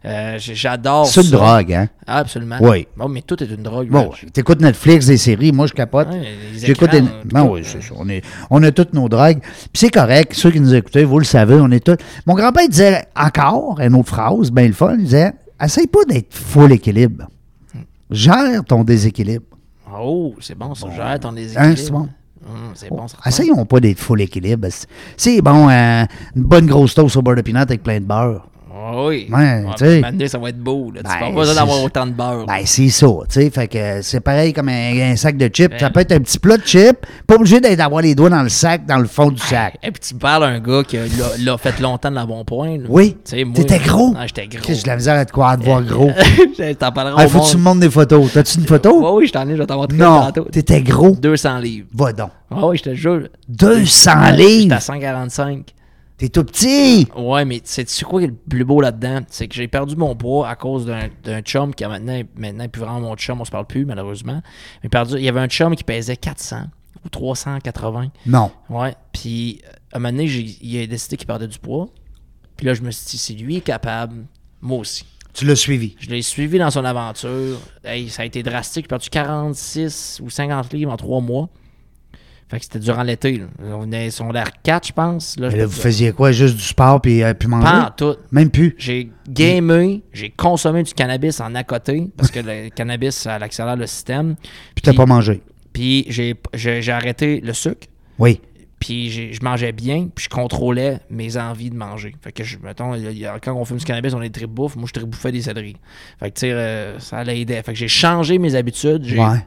S2: Euh, j'ai- J'adore
S1: C'est
S2: ça.
S1: une drogue, hein?
S2: Ah, absolument.
S1: Oui.
S2: Bon, mais tout est une drogue.
S1: Bon,
S2: Rich.
S1: t'écoutes Netflix, des séries, moi, je capote.
S2: Ouais, les
S1: J'écoute des...
S2: écrans, euh,
S1: Non, oui, c'est ça. On, est... on a toutes nos drogues. Puis c'est correct. Ceux qui nous écoutaient, vous le savez, on est tous... Mon grand-père il disait encore, une autre phrase, bien ben, le fun, il disait, « Essaye pas d'être full équilibre. Gère ton déséquilibre.
S2: Oh, c'est bon, ça gère ton
S1: Hein, Oh,
S2: déséquilibre.
S1: c'est bon.
S2: Hum, c'est bon, ça.
S1: Essayons pas d'être full équilibre. C'est bon, euh, une bonne grosse toast au beurre de pinot avec plein de beurre.
S2: Ah oui.
S1: Ouais, tu sais.
S2: puis maintenant, ça va être beau. Là.
S1: Ben,
S2: tu vas pas besoin d'avoir
S1: c'est-
S2: autant de beurre.
S1: Ben, c'est ça, tu sais. Fait que c'est pareil comme un, un sac de chips.
S2: Ben
S1: Ça peut être un petit plat de chips. Pas obligé d'être- d'avoir les doigts dans le sac, dans le fond
S2: Ben,
S1: du sac.
S2: Et puis tu me parles à un gars qui a, l'a- l'a fait longtemps de la bon point. là.
S1: Oui.
S2: Tu sais, moi-
S1: T'étais gros.
S2: Ah, j'étais gros.
S1: Qu'est-ce
S2: Euh,
S1: que j'ai de la misère à te croire de voir gros?
S2: Je t'en parlerai
S1: Ah,
S2: au
S1: faut que tu me
S2: monde.
S1: montres des photos. T'as-tu une photo?
S2: Ouais, oui, je t'en ai, je vais t'en montrer
S1: Non.
S2: tantôt.
S1: T'étais gros.
S2: 200 livres.
S1: Va donc.
S2: Ah oui, je te jure.
S1: 200
S2: J'étais à
S1: livres.
S2: 145.
S1: T'es tout petit.
S2: Ouais, mais sais-tu quoi qui est le plus beau là-dedans? C'est que j'ai perdu mon poids à cause d'un d'un chum qui a maintenant, maintenant plus vraiment mon chum, on se parle plus malheureusement. Mais perdu, il y avait un chum qui pesait 400 ou 380.
S1: Non.
S2: Ouais, puis euh, à un moment donné, j'ai- il a décidé qu'il perdait du poids. Puis là, je me suis dit, si lui est capable, moi aussi.
S1: Tu l'as suivi.
S2: Je l'ai suivi dans son aventure. Hey, ça a été drastique. J'ai perdu 46 ou 50 livres en trois mois. Fait que c'était durant l'été. là. On venait secondaire 4, je pense. Là, je
S1: Mais là,
S2: me
S1: vous
S2: disais,
S1: faisiez quoi? Juste du sport puis, euh, puis manger?
S2: pas en tout.
S1: Même plus.
S2: J'ai gamé, j'ai consommé du cannabis en à côté, parce que le cannabis, ça accélère le système.
S1: Puis t'as pas mangé.
S2: Puis j'ai j'ai- j'ai arrêté le sucre,
S1: Oui.
S2: puis j'ai- je mangeais bien, puis je contrôlais mes envies de manger. Fait que, je, mettons, il y a- quand on fume du cannabis, on est très bouffe. Moi, je bouffais des céleri. Fait que, tu sais, euh, ça l'aidait. Fait que j'ai changé mes habitudes. J'ai
S1: Ouais.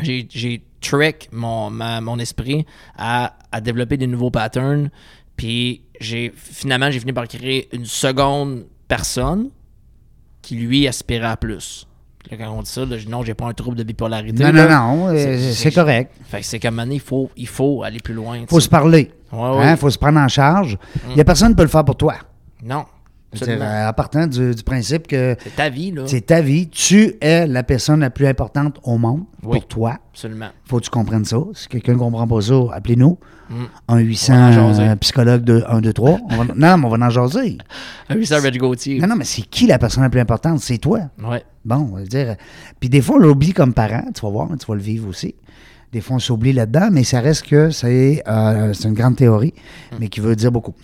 S2: j'ai- j'ai trick mon, ma- mon esprit à, à développer des nouveaux patterns. Puis j'ai finalement, j'ai fini par créer une seconde personne qui lui aspirait à plus. Puis Là, quand on dit ça, là, je dis non, j'ai pas un trouble de bipolarité.
S1: Non, non,
S2: là.
S1: non. euh,
S2: c'est-
S1: C'est
S2: c'est-
S1: correct.
S2: Fait que c'est comme année, il faut, il faut aller plus loin. tu
S1: faut
S2: sais.
S1: se parler.
S2: Ouais,
S1: hein,
S2: ouais.
S1: faut se prendre en charge. Il n'y a personne qui peut le faire pour toi.
S2: Non.
S1: C'est-à-dire,
S2: absolument.
S1: euh, en partant du, du principe que
S2: C'est ta vie, là.
S1: c'est ta vie, tu es la personne la plus importante au monde
S2: Oui.
S1: pour toi.
S2: Absolument.
S1: Faut que tu comprennes ça. Si quelqu'un ne comprend pas ça, appelez-nous. Un
S2: Mm. en jaser.
S1: 800 psychologue de 1, 2, 3. On va- non, mais on va en jaser.
S2: Ah oui, ça, Reg Gauthier.
S1: Non, non, mais c'est qui la personne la plus importante? C'est toi.
S2: Ouais.
S1: Bon, on va dire. euh, Puis des fois, on l'oublie comme parent, tu vas voir, tu vas le vivre aussi. Des fois, on s'oublie là-dedans, mais ça reste que c'est euh, c'est une grande théorie,
S2: Mm.
S1: mais qui veut dire beaucoup.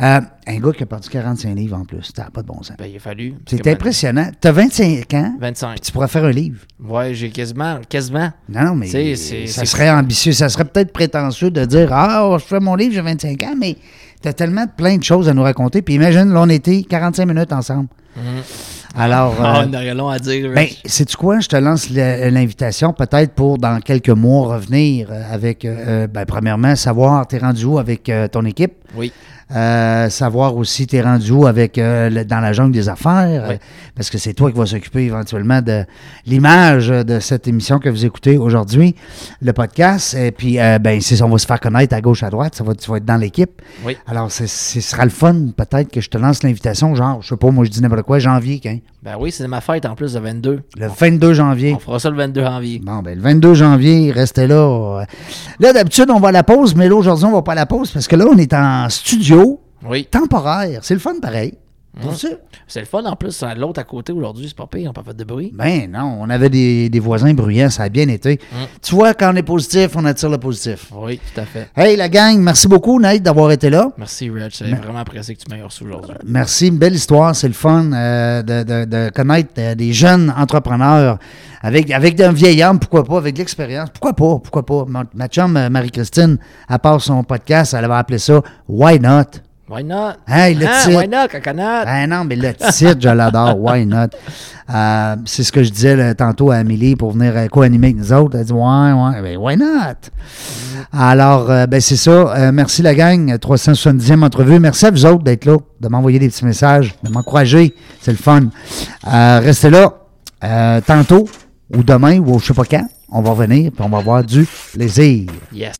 S1: Euh, un gars qui a perdu 45 livres en plus, t'as pas de bon sens.
S2: Ben, il a fallu. parce
S1: C'est
S2: que
S1: impressionnant. T'as 25 ans,
S2: maintenant, 25.
S1: puis tu pourrais faire un livre.
S2: Ouais, j'ai quasiment, quasiment.
S1: Non, non, mais
S2: Tu sais, c'est-
S1: ça
S2: c'est-
S1: serait ambitieux. Ça serait peut-être prétentieux de dire Ah, je fais mon livre, j'ai 25 ans, mais t'as tellement de- plein de choses à nous raconter. Puis imagine, là, on était 45 minutes ensemble. Alors.
S2: Ah,
S1: euh,
S2: on aurait long à dire.
S1: Ben,
S2: Reg.
S1: sais-tu quoi? Je te lance la- l'invitation peut-être pour dans quelques mois revenir euh, avec, euh, ben, premièrement, savoir t'es rendu où avec euh, ton équipe,
S2: Oui.
S1: Euh, savoir aussi t'es rendu où avec, euh, le- dans la jungle des affaires,
S2: Oui.
S1: euh, parce que c'est toi qui vas s'occuper éventuellement de l'image de cette émission que vous écoutez aujourd'hui, le podcast, et puis, euh, ben, c'est ça, on va se faire connaître à gauche, à droite, ça va, tu vas être dans l'équipe.
S2: Oui.
S1: Alors, c'est- ce sera le fun peut-être que je te lance l'invitation, genre, je sais pas, moi je dis n'importe quoi, janvier, hein,
S2: Ben oui, c'est ma fête en plus le 22.
S1: le 22 janvier.
S2: On fera ça le 22 janvier.
S1: Bon, ben, le 22 janvier, restez là. Là, d'habitude, on va à la pause, mais là, aujourd'hui, on va pas à la pause parce que là, on est en studio.
S2: Oui.
S1: temporaire. C'est le fun pareil. Pour ça.
S2: C'est le fun en plus, à l'autre à côté aujourd'hui, c'est pas pire, on n'a pas fait de bruit.
S1: Ben non, on avait des, des voisins bruyants, ça a bien été. Tu vois, quand on est positif, on attire le positif.
S2: Oui, tout à fait.
S1: Hey la gang, merci beaucoup, Nate, d'avoir été là.
S2: Merci, Reg. J'ai vraiment apprécié que tu m'aies reçu aujourd'hui.
S1: Merci, une belle histoire. C'est le fun euh, de, de- de connaître euh, des jeunes entrepreneurs avec, avec un vieil homme, pourquoi pas, avec de l'expérience. Pourquoi pas, pourquoi pas. Ma, ma chum, euh, Marie-Christine, à part son podcast, elle avait appelé ça « Why not ».
S2: Why not?
S1: Hey, le
S2: Ah,
S1: titre.
S2: Why not, cacanate?
S1: Ben non, mais le titre, je l'adore. Why not? Euh, c'est ce que je disais là, tantôt à Amélie pour venir euh, co-animer avec nous autres. Elle dit Ouais, ouais, ben why not? Alors, euh, ben c'est ça. Euh, merci la gang, 370e entrevue. Merci à vous autres d'être là, de m'envoyer des petits messages, de m'encourager. C'est le fun. Euh, restez là euh, tantôt ou demain ou je sais pas quand. On va revenir puis on va avoir du plaisir.
S2: Yes.